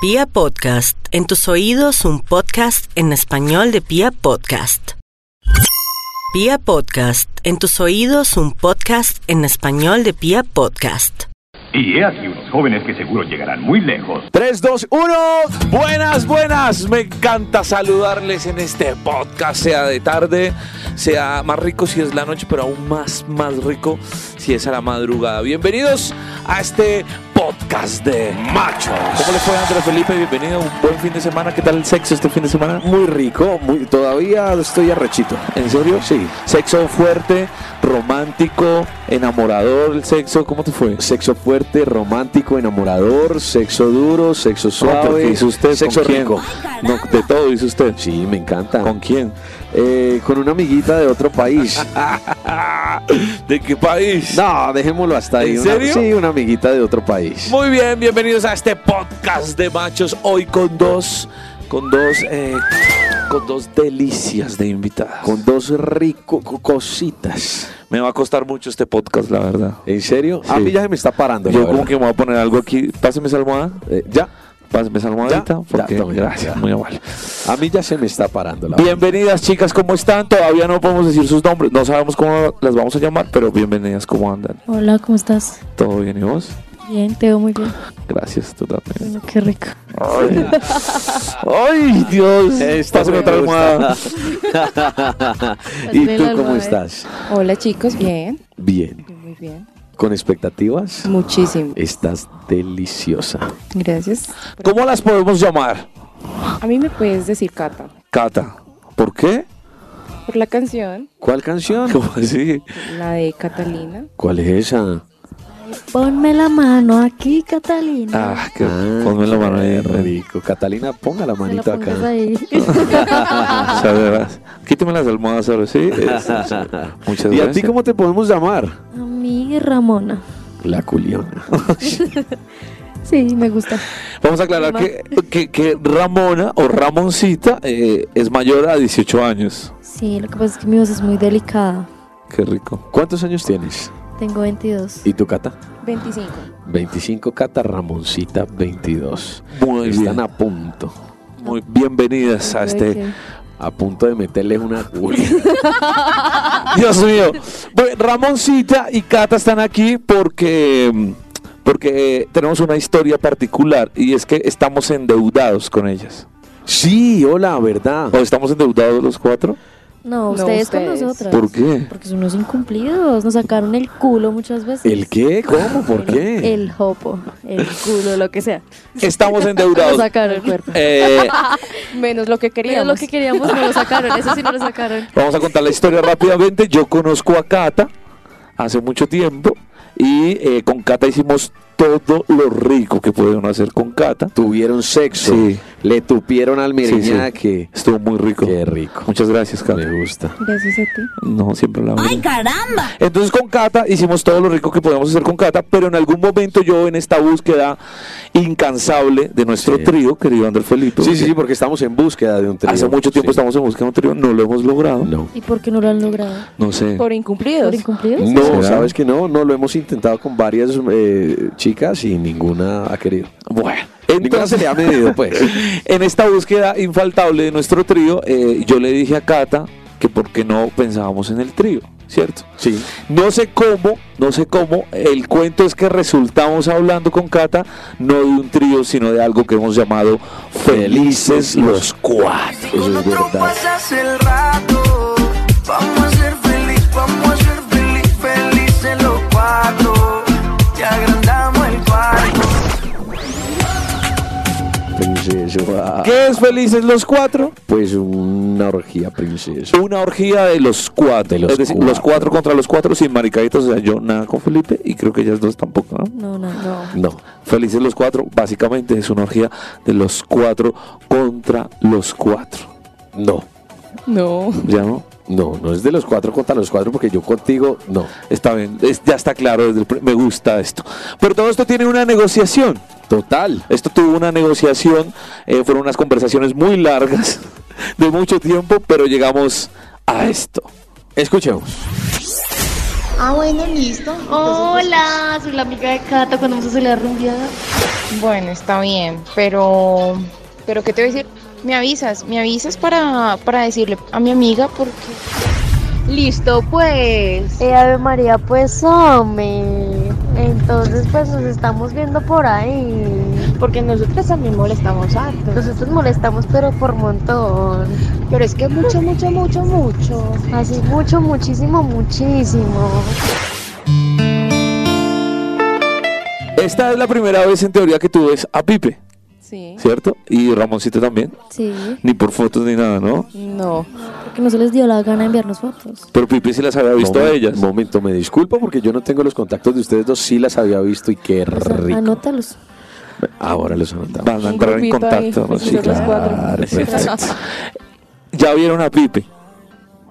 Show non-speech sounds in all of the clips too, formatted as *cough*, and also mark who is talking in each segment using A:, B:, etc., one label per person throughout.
A: Pia Podcast, en tus oídos un podcast en español de Pia Podcast. Pia Podcast, en tus oídos un podcast en español de Pia Podcast.
B: Y he aquí unos jóvenes que seguro llegarán muy lejos.
C: 3, 2, 1. Buenas, buenas. Me encanta saludarles en este podcast, sea de tarde, sea más rico si es la noche, pero aún más, más rico si es a la madrugada. Bienvenidos a este podcast de machos. ¿Cómo le fue, Andrés Felipe? Bienvenido. Un buen fin de semana. ¿Qué tal el sexo este fin de semana?
D: Muy rico, muy, todavía estoy arrechito.
C: ¿En serio?
D: Sí.
C: Sexo fuerte, romántico, enamorador, el sexo. ¿Cómo te fue?
D: Sexo fuerte, romántico, enamorador, sexo duro, sexo
C: pero ¿qué
D: suave.
C: hizo usted?
D: Sexo
C: ¿Con quién?
D: rico. No, de todo dice usted. Sí, me encanta.
C: ¿Con quién?
D: Eh, con una amiguita de otro *laughs* país.
C: ¿De qué país?
D: no, dejémoslo hasta ahí.
C: ¿En
D: Una-
C: serio?
D: sí, una amiguita de otro país.
C: Muy bien, bienvenidos a este podcast de machos. Hoy con dos, con dos, eh, con dos delicias de invitadas.
D: Con dos rico co- cositas.
C: Me va a costar mucho este podcast, la verdad.
D: ¿En serio? A
C: Sí.
D: mí ya se me está parando.
C: Yo
D: la
C: como
D: verdad.
C: que me voy a poner algo aquí. Páseme esa almohada.
D: Eh, ya.
C: Páseme esa almohadita.
D: ya,
C: porque-
D: tome,
C: gracias,
D: ya.
C: muy amable.
D: A mí ya se me está parando. La
C: Bienvenidas, chicas, ¿cómo están? Todavía no podemos decir sus nombres. No sabemos cómo las vamos a llamar, pero bienvenidas, ¿cómo andan?
E: Hola, ¿cómo estás?
C: ¿Todo bien y vos?
E: Bien, te veo muy bien.
C: Gracias, tú también.
E: Bueno, qué rico.
C: Ay, Ay, Dios.
D: Esta
C: Pásame
D: me
C: otra
D: gusta.
C: almohada.
D: ¿Y
E: Hazme
D: tú
E: la
D: cómo
E: almohada.
D: estás?
F: Hola chicos, bien,
D: Bien.
F: muy bien.
D: ¿Con expectativas?
F: Muchísimo.
D: Estás deliciosa.
F: Gracias.
C: ¿Cómo las podemos llamar?
F: A mí me puedes decir Cata
C: Cata. ¿Por qué?
F: por la canción,
D: ¿Cuál canción?
C: Ah, ¿Cómo así?
F: la de Catalina.
D: ¿Cuál es esa?
E: Ponme la mano aquí, Catalina.
C: Ah, que
D: Ah,
C: ponme la mano ahí.
D: qué
C: Enrique.
D: rico. Catalina, ponga la
E: Se la
D: manito
E: pongas
D: acá.
E: ahí. *laughs*
C: O sea, de verdad. Quíteme las almohadas ahora,
D: *laughs*
C: sí. Es- Muchas
D: ¿Y
C: gracias.
D: a ti cómo te podemos llamar?
E: Amiga Ramona.
D: La culiona. *laughs*
E: Sí, me gusta.
C: Vamos a aclarar que, que, que Ramona o Ramoncita eh, es mayor a 18 años.
E: Sí, lo que pasa es que mi voz es muy delicada.
C: Qué rico.
D: ¿Cuántos años tienes?
E: Tengo 22.
D: ¿Y tu Cata?
F: 25.
D: 25, Cata Ramoncita, 22.
C: Muy
D: Están
C: bien.
D: a punto,
C: Muy bienvenidas a este.
E: Ok.
D: a punto de meterles una culiona.
C: Dios mío. Bueno, Ramoncita y Cata están aquí porque, mm, porque eh, tenemos una historia particular y es que estamos endeudados con ellas.
D: Sí, hola, ¿verdad?
C: ¿O estamos endeudados los cuatro?
E: No,
F: No,
E: ustedes con
F: ustedes.
E: nosotras.
C: ¿Por qué?
E: Porque son unos incumplidos. Nos sacaron el culo muchas veces.
D: ¿El qué? ¿Cómo? ¿Por qué?
E: El jopo, el culo, lo que
D: *laughs*
E: sea.
C: Estamos
E: Nos
C: endeudados.
E: sacaron el cuerpo.
C: Eh,
F: Menos lo que
E: Pero
F: queríamos.
E: lo que queríamos no lo sacaron. Eso sí no lo sacaron.
D: *laughs*
C: Vamos a contar la historia rápidamente. Yo conozco a Cata hace mucho tiempo y eh, con Cata hicimos todo lo rico que puede uno hacer con Cata.
D: Tuvieron sexo.
C: Sí.
D: Le tupieron al mereñaque.
C: Estuvo muy rico.
D: Qué rico.
C: Muchas gracias, Cata.
D: Me gusta.
F: Gracias a ti.
C: No, siempre la ¡Ay, caramba! Entonces con Cata hicimos todo lo rico que podíamos hacer con Cata, pero en algún momento yo en esta búsqueda incansable de nuestro
D: Sí.
C: trío, querido Andrés Felipe,
D: Sí, sí, sí, porque estamos en búsqueda de un trío.
C: hace mucho tiempo
D: Sí.
C: estamos en busca de un trío, no lo hemos logrado.
D: No.
E: ¿Y por qué no lo han logrado?
C: No sé.
F: Por incumplidos.
E: ¿Por incumplidos?
D: No,
C: ¿Será?
D: sabes que no, no lo hemos intentado con varias eh, chicas y ninguna ha querido.
C: Bueno,
D: Ninguna se le
C: *laughs*
D: ha medido, pues.
C: En esta búsqueda infaltable de nuestro trío, eh, yo le dije a Cata que por qué no pensábamos en el trío, ¿cierto?
D: Sí.
C: No sé cómo, no sé cómo, el cuento es que resultamos hablando con Cata no de un trío, sino de algo que hemos llamado Felices los Cuatro.
D: Eso es
G: Nosotros
D: verdad.
G: pasas el rato. Vamos a ser feliz, vamos a ser feliz, felices los cuatro. Te agrandamos el cuarto.
D: Princeso. ah,
C: ¿Qué es Felices los Cuatro?
D: Pues una orgía, princeso.
C: Una orgía de los cuatro.
D: De los
C: es decir, los cuatro
D: cuatro.
C: contra los cuatro sin maricaditos. O sea, yo nada con Felipe y creo que ellas dos tampoco,
E: No,
C: ¿no?
E: no, no.
D: No.
C: Felices los cuatro, básicamente es una orgía de los cuatro contra los cuatro.
D: No.
F: No.
C: ¿Ya no?
D: No, no es de los cuatro contra los cuatro porque yo contigo, no.
C: Está bien, es- ya está claro, desde el pr- me gusta esto. Pero todo esto tiene una negociación.
D: Total.
C: Esto tuvo una negociación, eh, fueron unas conversaciones muy largas, *laughs* de mucho tiempo, pero llegamos a esto.
D: Escuchemos.
H: Ah, bueno, listo.
E: Hola, soy la amiga de Cata cuando vamos a hacer la rumbiada.
H: Bueno, está bien, pero, pero ¿qué te voy a decir? Me avisas, me avisas para, para decirle a mi amiga porque...
I: Listo, pues.
E: Eh, Ave María, pues hombre. Entonces, pues nos estamos viendo por ahí.
I: Porque nosotros también molestamos harto.
E: Nosotros molestamos, pero por montón.
I: Pero es que mucho, mucho, mucho, mucho.
E: Así mucho, muchísimo, muchísimo.
C: Esta es la primera vez en teoría que tú ves a Pipe,
F: Sí.
C: ¿cierto? Y Ramoncito también.
E: Sí.
C: Ni por fotos ni nada, ¿no?
F: No.
E: Porque no se les dio la gana de enviarnos fotos.
C: Pero Pipe sí las había visto a
D: Momen-
C: ellas.
D: Momento, me disculpo porque yo no tengo los contactos de ustedes dos, sí las había visto y qué
E: O sea,
D: rico.
E: anótalos.
D: Ahora los anotamos.
C: Van a
F: Un
C: entrar en
F: grupito ahí,
C: contacto. ¿no?
F: nosotros
C: Sí,
F: los
C: claro.
F: cuatro.
D: perfecto.
C: Ya vieron a Pipe,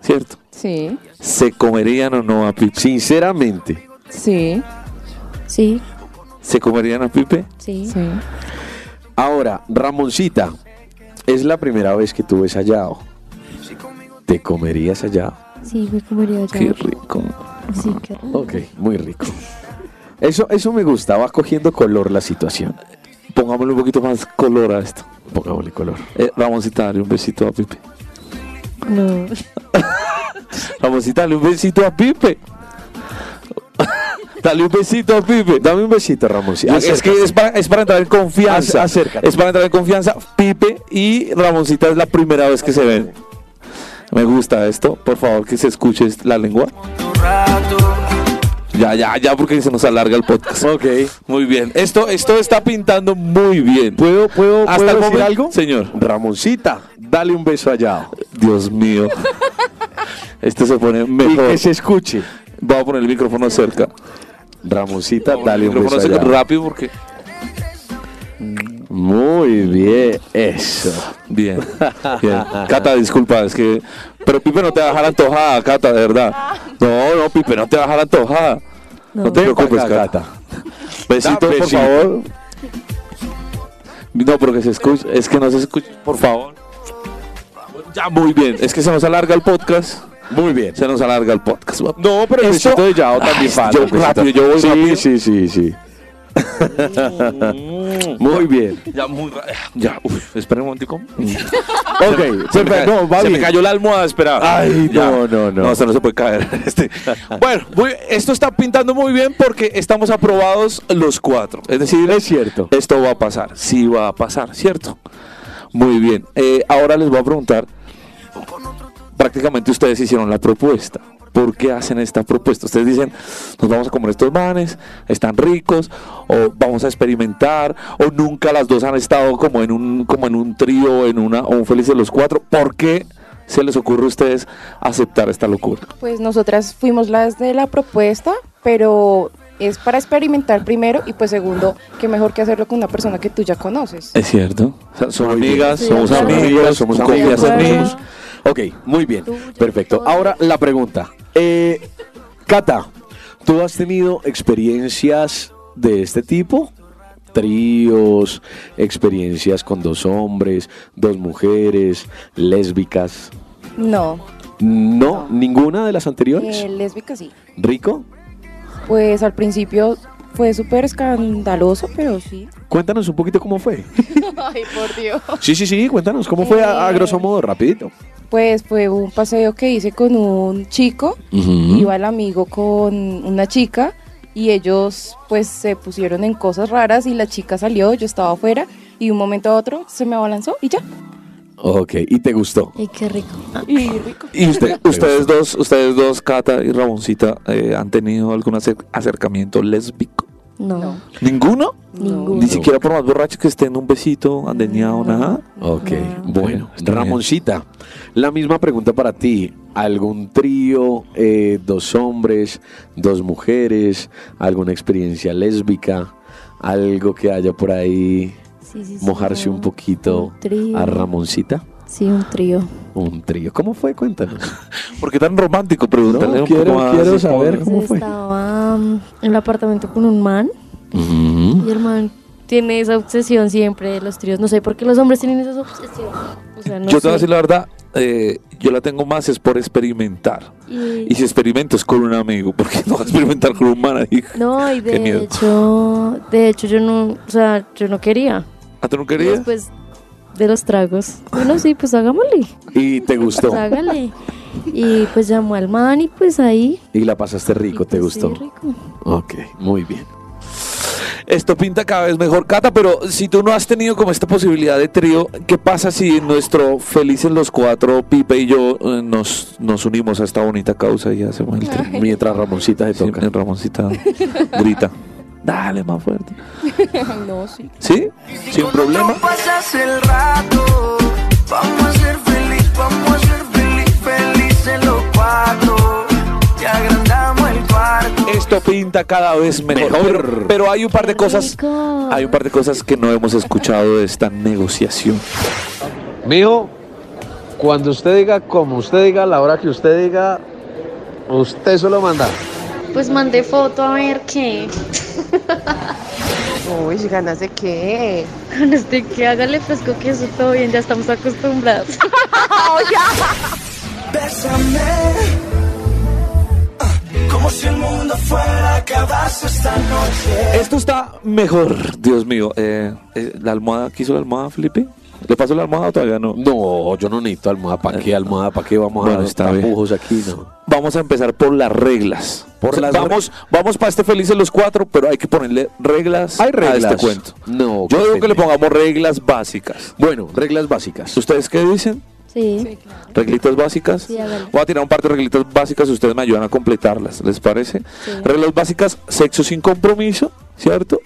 C: ¿cierto?
F: Sí.
C: ¿Se comerían o no a Pipe?
D: Sinceramente,
F: Sí.
E: Sí,
C: ¿Se comerían a Pipe?
E: sí.
F: Sí.
D: ahora, Ramoncita, es la primera vez que tú ves a Yao. ¿Te comerías a Yao?
E: Sí, me comería yo.
C: Qué rico.
E: Sí, qué rico.
D: Ok, muy rico. Eso, eso me gusta, va cogiendo color la situación.
C: Pongámosle un poquito más color a esto.
D: Pongámosle color.
C: Eh, Ramoncita, dale un besito a Pipe.
E: No.
C: Ramoncita, dale un besito a
D: *laughs*
C: Pipe. dale un besito a Pipe.
D: Dame un besito, Ramoncita.
C: Es- Es que
D: Acércate.
C: es para, es para entrar en confianza.
D: Ac- acércate.
C: Es para entrar en confianza. Pipe y Ramoncita es la primera vez que se ven. Me gusta esto. Por favor, que se escuche est- la lengua.
G: tu rato.
C: Ya, ya, ya, porque se nos alarga el podcast.
D: Ok.
C: Muy bien. Esto, esto está pintando muy bien.
D: ¿Puedo, puedo,
C: ¿Hasta
D: ¿puedo
C: el
D: decir
C: momento-
D: algo?
C: Señor.
D: Ramoncita, dale un beso a Yao.
C: Dios mío. Esto se pone
D: Y
C: mejor.
D: que se escuche.
C: Vamos a poner el micrófono cerca.
D: Ramoncita,
C: El
D: dale un
C: micrófono
D: beso a
C: cerca,
D: Yao.
C: rápido porque.
D: Muy bien, eso. *laughs*
C: Bien, bien. Cata, disculpa, es que. Pero Pipe no te va a dejar antojada, Cata, de verdad. No, no, Pipe, no te va a dejar antojada. No, te
D: Ah. Ven
C: preocupes,
D: para acá,
C: Cata. Besito,
D: Da
C: por
D: besito.
C: favor. No, pero que se escuche. Es que no se escuche, por favor. Ya, muy bien. Es que se nos alarga el podcast.
D: Muy bien.
C: Se nos alarga el podcast.
D: No, pero el
C: Esto-
D: besito de Yao también
C: Ay,
D: falta,
C: yo
D: el besito.
C: rápido, yo voy
D: sí,
C: rápido.
D: Sí, sí, sí. *laughs* Muy bien.
C: Ya, muy ra- Ya, uff, espera un momentico.
D: Ok,
C: Se me,
D: perfecto,
C: ca-
D: no, va
C: se me
D: bien.
C: cayó la almohada, espera.
D: Ay, no, no, no.
C: No, esto no se puede caer. *laughs* Este, Bueno, muy- esto está pintando muy bien porque estamos aprobados los cuatro. Es decir,
D: Es cierto.
C: esto va a pasar. Sí va a pasar, ¿cierto? Muy bien. Eh, ahora les voy a preguntar, prácticamente ustedes hicieron la propuesta. ¿Por qué hacen esta propuesta? Ustedes dicen, nos vamos a comer estos manes, están ricos, o vamos a experimentar, o nunca las dos han estado como en un, como en un trío, en una, o un feliz de los cuatro. ¿Por qué se les ocurre a ustedes aceptar esta locura?
F: Pues nosotras fuimos las de la propuesta, pero es para experimentar primero y pues segundo, que mejor que hacerlo con una persona que tú ya conoces.
C: Es cierto. son
D: Muy bien.
C: amigas,
E: Sí,
C: somos
E: de acuerdo.
C: amigas, somos
D: Somos
C: amigas,
D: amigas,
E: De acuerdo.
C: amigos.
D: amigos. Ok, muy bien.
E: Tú, yo,
D: Perfecto.
E: todo.
D: Ahora la pregunta. Eh, Cata, ¿tú has tenido experiencias de este tipo? Tríos, experiencias con dos hombres, dos mujeres, lésbicas.
F: No,
D: No, ninguna de las anteriores.
F: eh, lésbica sí.
D: Rico,
F: Pues al principio fue súper escandaloso, pero sí.
D: cuéntanos un poquito cómo fue.
F: *laughs* Ay, por Dios.
D: Sí, sí, sí, cuéntanos cómo fue
E: Eh.
D: a, a grosso modo, rapidito.
F: Pues fue un paseo que hice con un chico, iba el amigo con una chica y ellos pues se pusieron en cosas raras y la chica salió, yo estaba afuera y de un momento a otro se me abalanzó y ya.
D: Ok, y te gustó.
E: Y qué rico.
F: Y rico.
C: Y usted- ustedes dos, ustedes dos, Cata y Ramoncita, eh, ¿han tenido algún acer- acercamiento lésbico?
E: No.
F: No.
C: ¿Ninguno?
E: Ninguno.
C: Ni siquiera por más borracho que estén un besito, han tenido nada.
D: Ok,
E: No.
D: bueno.
C: Está bien.
D: Ramoncita, la misma pregunta para ti. ¿Algún trío, eh, dos hombres, dos mujeres, alguna experiencia lésbica, algo que haya por ahí,
E: Sí, sí, sí,
D: mojarse
E: no.
D: un poquito
E: Un trío.
D: a Ramoncita?
E: Sí, un trío.
D: Un trío. ¿Cómo fue? Cuéntanos.
C: ¿Por qué tan romántico? Pregúntale
D: No,
C: un
D: quiero-
C: poco más.
D: quiero saber. ¿Cómo
E: Entonces,
D: fue?
E: Estaba mm, en el apartamento con un man y el man tiene esa obsesión siempre de los tríos. No sé por qué los hombres tienen esa obsesión. O sea, no
C: Yo te voy
E: sé.
C: a decir la verdad, eh, yo la tengo más es por experimentar. Y si experimento es con un amigo, porque no vas a experimentar con un manager.
J: No,
C: *laughs*
J: y
C: Qué miedo.
J: de hecho, de hecho yo no, o sea, yo no quería.
C: ¿A tú no
J: Y
C: querías?
J: Después de los tragos. Bueno, sí, pues hagámosle.
D: Y te gustó.
J: Pues hágale. Y pues llamó al man y pues ahí.
D: Y la pasaste rico, te
J: pues, sí,
D: gustó.
J: rico.
D: Ok, muy bien.
C: Esto pinta cada vez mejor, Cata, pero si tú no has tenido como esta posibilidad de trío, ¿qué pasa si en nuestro Felices los Cuatro, Pipe y yo, eh, nos, nos unimos a esta bonita causa y hacemos el trío?
D: Mientras Ramoncita se
C: Sí,
D: toca. *laughs*
C: Ramoncita grita. Dale, más fuerte.
F: *laughs* No, sí.
C: ¿Sí? ¿Sin problema?
G: pasas el rato. Vamos a ser feliz, vamos a ser feliz, felices los cuatro. Te agrandamos el cuarto.
C: Esto pinta cada vez mejor.
D: Mejor.
C: Pero, pero hay un par de
J: Qué
C: cosas.
J: rico.
C: Hay un par de cosas que no hemos escuchado de esta negociación.
K: Mijo, cuando usted diga, como usted diga, a la hora que usted diga, usted solo manda.
E: Pues mandé foto a ver qué.
I: Uy, ganas de qué.
E: Con este que hágale fresco que eso todo bien, ya estamos acostumbrados.
G: Bésame ah, como si el mundo fuera a acabarse esta noche.
C: Esto está mejor. Dios mío. eh, eh, la almohada, ¿quiso la almohada, Felipe? ¿Le pasó la almohada o todavía no?
D: No, yo no necesito almohada. ¿Para qué almohada? ¿Para qué vamos
C: Bueno,
D: a
C: está
D: estar
C: bien.
D: tapujos aquí? No.
C: Vamos a empezar por las reglas.
D: Por las
C: vamos, vamos para este felices los cuatro, pero hay que ponerle reglas, a este cuento.
D: No.
C: Yo digo que le
D: pena.
C: pongamos reglas básicas.
D: Bueno, reglas básicas.
C: ¿Ustedes qué dicen?
J: Sí.
C: ¿Reglitas básicas?
J: Sí, hágale.
C: Voy a tirar un par de reglitas básicas y ustedes me ayudan a completarlas, ¿les parece? Reglas básicas, sexo sin compromiso, ¿cierto?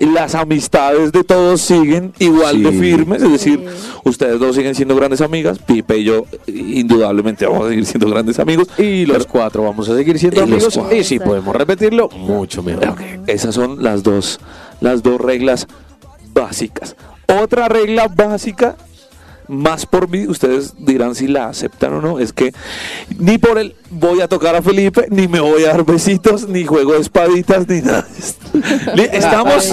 C: Y las amistades de todos siguen igual de
D: Sí.
C: firmes, es decir, ustedes dos siguen siendo grandes amigas, Pipe y yo indudablemente vamos a seguir siendo grandes amigos.
D: Y los cuatro vamos a seguir siendo
C: Y los
D: amigos.
C: cuatro.
D: Y si podemos repetirlo, mucho mejor.
C: Ok, Esas son las dos, las dos reglas básicas. Otra regla básica, más por mí, ustedes dirán si la aceptan o no, es que ni por él voy a tocar a Felipe, ni me voy a dar besitos, ni juego de espaditas, ni nada. de esto. Li- ¿Estamos?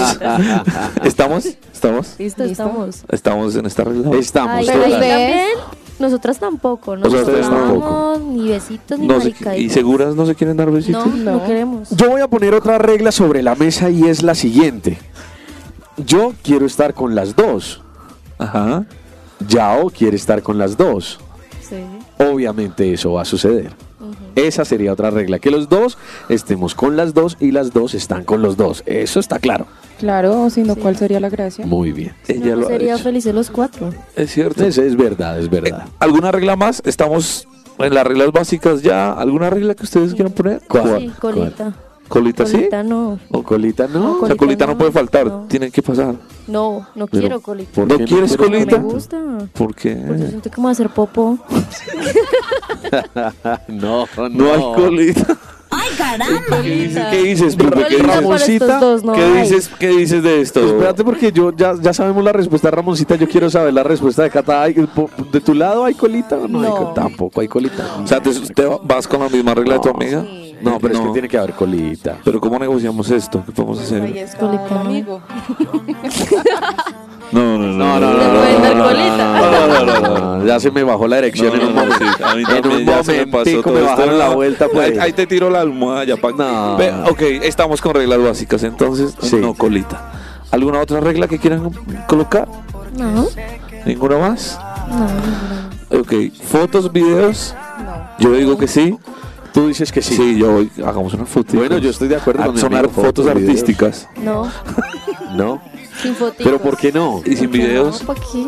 C: ¿Estamos? ¿Estamos?
J: Listo,
F: ¿Listo?
J: estamos.
C: ¿Estamos en esta regla?
D: Estamos.
J: Ay, pero ahí
D: total.
F: ustedes-
J: también, nosotras tampoco, no
C: O sea, ustedes
J: nos damos
C: tampoco.
J: ni besitos ni
C: No se-
J: maricaditas.
C: ¿Y seguras no se quieren dar besitos?
J: No, no queremos.
D: Yo voy a poner otra regla sobre la mesa y es la siguiente. Yo quiero estar con las dos.
C: Ajá.
D: Yao quiere estar con las dos.
J: Sí.
D: Obviamente eso va a suceder. Esa sería otra regla, que los dos estemos con las dos y las dos están con los dos. Eso está claro.
F: Claro, sino ¿cuál sería la gracia?
D: Muy bien.
C: Ella
J: no,
C: lo ha
J: sería
C: dicho.
J: felices los cuatro.
C: Es cierto.
D: Eso es verdad, es
C: Eh,
D: verdad.
C: ¿Alguna regla más? Estamos en las reglas básicas ya. ¿Alguna regla que ustedes quieran poner?
D: ¿Cuál?
J: Sí, colita.
C: ¿Colita sí?
J: Colita no.
D: ¿O colita no?
C: O sea,
J: Colita
C: colita no
J: no,
C: puede faltar,
J: no.
C: tienen que pasar.
J: No, no
C: Pero,
J: quiero colita.
D: ¿por
C: ¿No Eh.
D: qué no
C: quieres
D: quiero
J: No me
C: colita?
J: gusta.
C: ¿Por qué?
J: Porque siento que me va a hacer popó.
D: No,
C: No hay colita. ¿Qué dices- ¿Qué dices, Pipe? ¿Qué
J: Colita
C: dices?
J: para estos dos, no
C: ¿Qué
J: hay.
C: dices, ¿Qué dices de esto?
D: Pues Espérate porque yo ya, ya sabemos la respuesta, Ramoncita. Yo quiero saber la respuesta de Cata. ¿Hay- po- ¿De tu lado hay colita o no? hay
J: No.
D: colita? tampoco hay colita.
C: O sea, ¿te, te vas con la misma regla de tu amiga?
D: No, pero es que tiene que haber colita.
C: Pero ¿cómo negociamos esto? ¿Qué podemos hacer?
F: está,
J: Colita.
F: amigo.
C: No, no, no. No, no,
J: no, pueden dar
D: No, no, no, no, no. Ya se me bajó la erección en un momento.
C: A mí
D: En un
C: también ya se me pasó
D: momentico
C: todo
D: me
C: esto.
D: bajaron la vuelta, pues.
C: Ahí, ahí te tiro la almohada ya pa-
D: No.
C: Ve, ok, estamos con reglas básicas, entonces
D: Sí.
C: no colita. ¿Alguna otra regla que quieran colocar?
J: No,
C: ¿Ninguna más?
J: no, no.
C: Ok, fotos, videos.
F: No.
C: Yo digo que sí.
D: Tú dices que
C: Sí,
D: sí.
C: yo voy. Hagamos una foto.
D: Bueno, yo estoy de acuerdo con mi
C: Sonar
D: amigo,
C: fotos,
D: fotos, videos.
C: artísticas.
J: No,
D: No.
J: sin fotitos.
D: Pero ¿por qué no?
C: Y sin videos.
J: No, ¿para qué?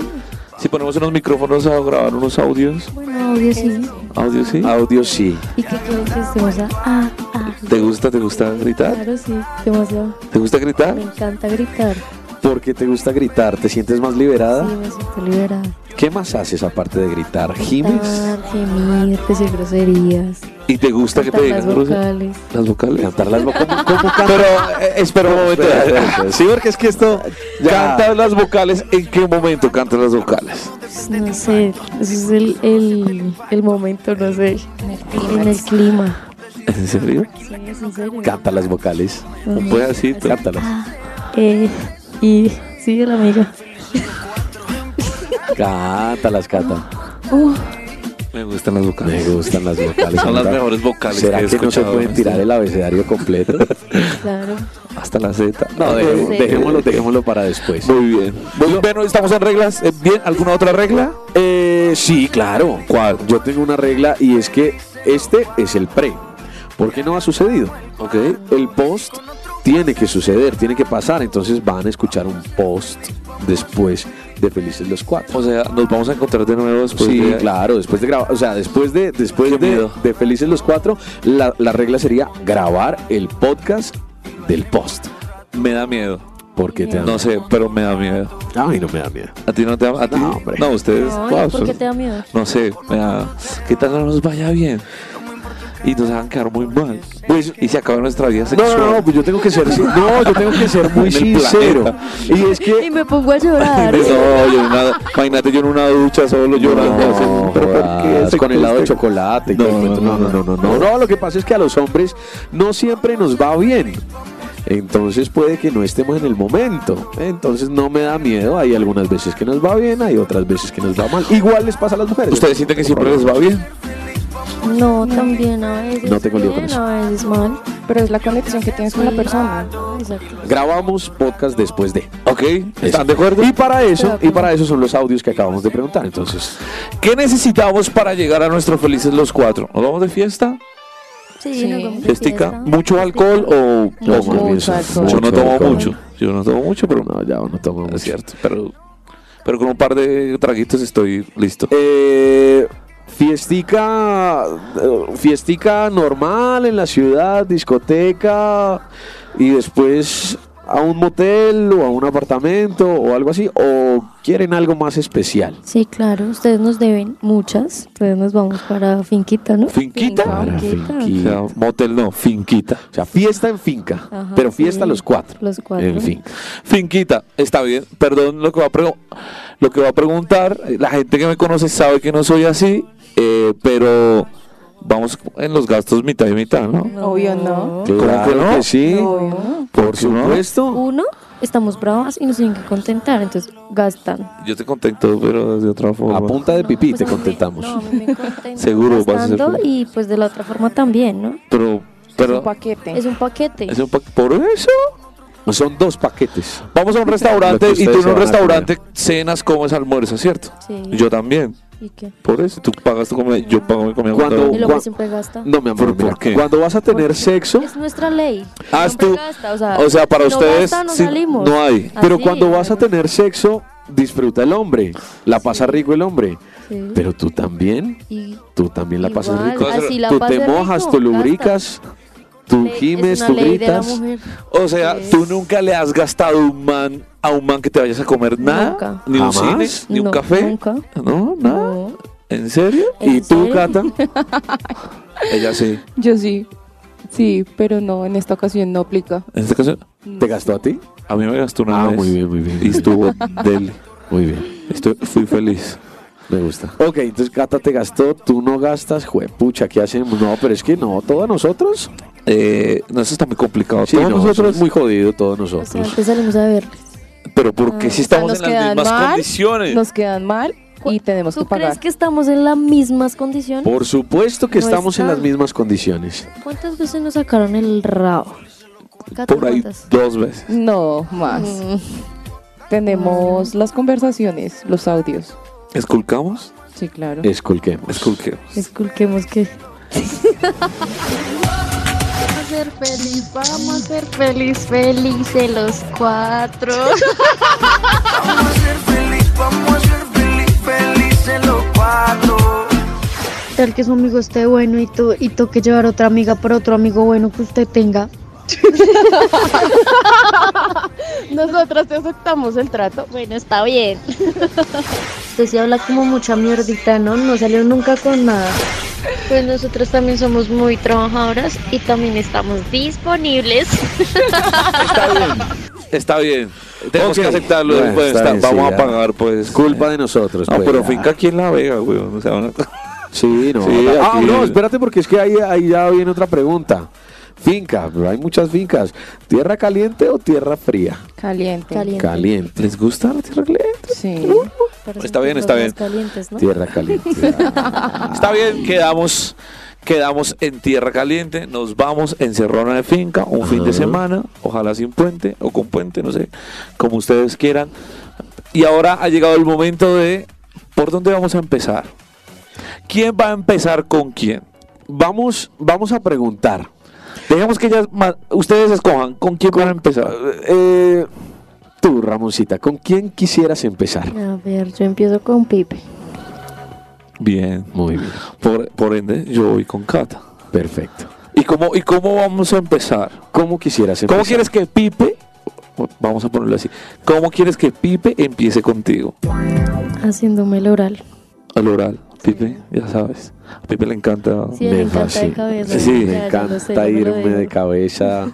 C: Si ponemos unos micrófonos a grabar unos audios.
J: Bueno, obvio sí.
C: Audio, sí.
D: Audio sí.
J: Y que creo que estemos a... Ah, ah.
C: ¿Te gusta, te gusta gritar?
J: Claro, sí, demasiado.
C: ¿Te gusta gritar?
J: Me encanta gritar.
D: Porque te gusta gritar, te sientes más
J: Sí,
D: liberada.
J: me siento liberada.
D: ¿Qué más haces aparte de gritar? ¿Gimes?
J: Cantar, gemir, decir groserías.
C: ¿Y te gusta que te
J: cantar las
C: digan groserías?
J: vocales.
C: las vocales?
D: Cantar las vocales. ¿Cómo, cómo cantas?
C: Pero, eh, Ah, espera un
D: No,
C: momento.
D: espera,
C: *laughs*
D: espera, espera.
C: Sí, porque es que esto.
D: Ya.
C: Cantas las vocales. ¿En qué momento cantas las vocales?
J: No sé, ese es el, el, el momento, no sé. En el clima.
C: ¿En serio?
J: Sí, es en serio.
D: Canta las vocales.
J: Ujú.
C: Pues así. te-
D: Cántalas.
J: Ah, eh, y sigue la amiga.
D: Cántalas, Cata.
F: Uh,
C: Me gustan las vocales.
D: Me gustan las vocales.
C: Son las mejores vocales
D: ¿Será
C: que he
D: que, no se
C: escuchado, este
D: pueden
C: ¿no?
D: tirar el
C: *laughs*
D: abecedario completo?
J: claro.
C: Hasta la Z.
D: No, dejemos-
J: Sí.
D: dejémoslo, dejémoslo para después.
C: Muy bien. Bueno, bueno, estamos en reglas. Eh, ¿Bien? ¿Alguna otra regla?
D: Eh, sí, claro.
C: ¿Cuál?
D: Yo tengo una regla y es que este es el pre. ¿Por qué no ha sucedido?
C: Ok.
D: El post tiene que suceder, tiene que pasar. Entonces van a escuchar un post después de Felices los Cuatro.
C: O sea, nos vamos a encontrar de nuevo después.
D: Sí,
C: de-
D: claro, después de grabar, o sea, después de
C: Qué
D: después de,
C: miedo.
D: de Felices los Cuatro, la, la regla sería grabar el podcast del post.
C: Me da miedo.
D: Porque te da-
C: No sé, pero me da miedo.
D: A mí no me da miedo.
C: ¿A ti no te da ¿A ti?
D: No, hombre.
C: No, ustedes.
J: No,
C: wow,
J: no, ¿por qué
C: son-
J: te da miedo?
C: no sé, me da- ¿qué tal no nos vaya bien? Y nos hagan quedar muy mal.
D: Pues-
C: y se acaba nuestra vida
D: No,
C: sexual.
D: no, no, pues yo tengo que ser, sin- *laughs* no, yo tengo que ser muy
C: En el
D: sincero.
C: planeta.
D: Y es
J: Y
D: que
J: me pongo a llorar.
C: Pues, No, yo en una- imagínate yo en una ducha solo llorando. así, pero ¿por qué
D: jodas,
C: se
D: con helado de
C: cuesta?
D: chocolate. y
C: No,
D: todo el cuento.
C: no,
D: no,
C: no,
D: no, no, no, no. No, lo que pasa es que a los hombres no siempre nos va bien. Entonces puede que no estemos en el momento. Entonces no me da miedo. Hay algunas veces que nos va bien, hay otras veces que nos va mal. Igual les pasa a las mujeres.
C: ¿Ustedes sienten que siempre les va bien?
J: No, también a veces.
D: No tengo lío con
J: bien,
D: eso.
J: A veces mal.
F: pero es la conexión que tienes con la persona.
J: Exacto.
D: Grabamos podcast después de.
C: ¿Ok?
D: Eso.
C: ¿Están de acuerdo?
D: Y para eso, y para eso son los audios que acabamos de preguntar. Entonces,
C: ¿Qué necesitamos para llegar a nuestros felices los cuatro? ¿Nos vamos de fiesta?
J: Sí,
F: Sí.
J: nos vamos de
C: ¿Fiestica?
J: fiesta.
C: ¿Mucho alcohol o
D: No,
C: poco?
D: más bien eso,
F: mucho alcohol.
C: Yo no tomo
D: alcohol.
C: mucho. Yo no tomo mucho, pero
D: No, ya no tomo mucho.
C: es cierto. Pero, pero con un par de traguitos estoy listo.
D: Eh, fiestica, eh, fiestica normal en la ciudad, discoteca y después a un motel o a un apartamento o algo así. ¿O quieren algo más especial?
J: Sí, claro. Ustedes nos deben muchas. Entonces nos vamos para Finquita, ¿no?
F: Ah,
C: ¿Finquita?
J: Para
C: O
J: finquita.
C: sea, motel no, finquita.
D: O sea, fiesta en finca,
J: Ajá,
D: pero fiesta
J: sí.
D: los cuatro.
J: Los cuatro.
D: En finca.
C: Finquita, está bien. Perdón lo que va a, pregu- lo que va a preguntar. eh, La gente que me conoce sabe que no soy así, eh, pero vamos en los gastos mitad y mitad, ¿no?
F: Obvio no.
D: Claro
C: que no?
D: que sí,
F: Obvio no.
D: por supuesto.
J: Uno, estamos bravas y nos tienen que contentar. Entonces gastan.
C: Yo te contento, pero de otra forma.
D: A punta de pipí
J: Pues
D: te
J: a mí me-
D: contentamos.
J: no, a mí me contentan
C: Seguro vas a ser
J: gastando
C: feliz.
J: y pues de la otra forma también, ¿no?
C: Pero,
F: Un
C: pero,
F: paquete.
J: Es un paquete.
C: ¿es un pa- ¿por eso?
D: Son dos paquetes.
C: Vamos a un
D: Lo
C: restaurante
D: que
C: y tú
D: ustedes
C: en un
D: se van a
C: restaurante cenas, comes, almuerzas, ¿cierto?
J: Sí.
C: Yo también.
J: ¿Y qué?
C: Por eso, tú pagas tu comida, yo pago mi comida.
D: Cuando-
J: El
C: Cuando-
J: hombre
D: Gua-
J: siempre gasta.
D: No, mi amor,
C: ¿Por
D: mira,
C: qué?
D: cuando vas a tener
J: Porque
D: sexo,
J: Es nuestra ley.
C: Ah,
J: El hombre
C: tú-
J: gasta, o, sea,
C: O sea, para
J: no
C: ustedes
J: gasta, no
C: sí,
J: salimos.
C: no hay.
D: Pero
J: Así,
D: cuando vas a
J: además.
D: tener sexo, disfruta el hombre, la pasa rico el hombre.
J: Sí.
D: Pero tú también,
J: Y
D: tú también la pasas
J: igual,
D: rico.
J: así la
D: tú
J: pase
D: te
J: rico,
D: mojas, tú lubricas, tú
J: Ley-
D: gimes,
J: es una
D: tú
J: ley de la
D: gritas.
J: mujer.
C: O sea, tú nunca le has gastado un man a un man que te vayas a comer nada,
J: Nunca.
C: ni un
D: Jamás.
C: cine, ni un
J: No,
C: café.
J: nunca.
C: No, nada.
J: No.
C: ¿En serio?
J: ¿En
C: ¿Y tú,
J: serio? *laughs*
C: Cata? Ella sí.
F: Yo sí. Sí, pero no, en esta ocasión no aplica.
C: En este caso,
D: ¿Te gastó a ti?
C: a mí me gastó una
D: Ah,
C: vez.
D: muy bien, muy bien.
C: Y estuvo del.
D: Muy bien,
C: Estoy, fui feliz.
D: me gusta. Ok, entonces Cata te gastó, tú no gastas, juepucha, ¿qué hacemos? No, pero es que no, todos nosotros.
C: Eh, no, eso está muy complicado.
D: Sí,
C: Todos
D: no,
C: nosotros,
D: muy jodido, todos
J: O sea,
D: nosotros.
J: antes salimos a ver.
C: pero porque si estamos
F: O
C: en
F: sea, Ah, nos
C: las mismas
F: quedan mal,
C: condiciones?
F: Nos quedan mal y tenemos que
J: ¿Tú crees
F: pagar.
J: que estamos en las mismas condiciones?
D: Por supuesto que
J: No
D: estamos en
J: está.
D: las mismas condiciones.
J: ¿Cuántas veces nos sacaron el rabo? Cata,
C: Por ahí
J: ¿cuántas?
C: dos veces.
F: No, más. Tenemos las conversaciones, los audios.
C: ¿Esculcamos?
F: Sí, claro.
D: Esculquemos.
C: Esculquemos.
J: Esculquemos que.
E: Vamos a ser feliz, vamos a ser feliz, felices los cuatro.
G: Vamos a ser feliz, vamos a ser feliz, felices los cuatro.
L: Tal que su amigo esté bueno y, to- y toque llevar otra amiga para otro amigo bueno que usted
E: *laughs*
L: tenga.
I: Nosotros te aceptamos el trato.
E: Bueno, está bien.
L: Usted sí habla como mucha mierdita, ¿no? No salió nunca con nada.
E: Pues nosotros también somos muy trabajadoras y también estamos disponibles.
C: Está bien. Está bien. Tenemos
D: Ok.
C: que aceptarlo.
D: Bueno,
C: pues,
D: está
C: está-
D: bien, sí,
C: vamos
D: ya.
C: a pagar, pues.
D: Es culpa de nosotros.
C: No,
D: pues,
C: pero
D: ya.
C: finca aquí en La Vega, güey. O sea, una-
D: Sí, no.
C: Sí,
D: ah,
C: aquí-
D: no, espérate porque es que ahí, ahí ya viene otra pregunta. Finca, pero hay muchas fincas. ¿Tierra caliente o tierra fría?
F: Caliente.
J: Caliente.
D: Caliente.
C: ¿Les gusta la tierra caliente?
F: Sí.
J: Para
C: Está bien,
J: sentir
C: está
J: los
C: bien.
J: más calientes, ¿no?
D: Tierra caliente.
J: *laughs*
C: Está bien, quedamos, quedamos en tierra caliente, nos vamos en Cerrona de Finca, un fin de semana, ojalá sin puente o con puente, no sé, como ustedes quieran. Y ahora ha llegado el momento de por dónde vamos a empezar. ¿Quién va a empezar con quién? Vamos, vamos a preguntar. Dejemos que ellas ma- ustedes escojan con quién van a empezar.
D: Eh, tú, Ramoncita, ¿con quién quisieras empezar?
J: A ver, yo empiezo con Pipe.
C: Bien.
D: Muy bien.
C: Por, por ende, yo voy con Cata.
D: Perfecto.
C: ¿Y cómo, ¿Y cómo vamos a empezar?
D: ¿Cómo quisieras empezar?
C: ¿Cómo quieres que Pipe, vamos a ponerlo así, cómo quieres que Pipe empiece contigo?
J: Haciéndome el oral.
C: Al oral, Pipe, ya sabes. A Pipe le encanta.
J: Sí, le Me encanta de fascina. cabeza.
C: Sí.
D: Me
J: Ya, ya lo sé,
D: encanta
J: ya me lo
D: irme
J: digo.
D: de cabeza.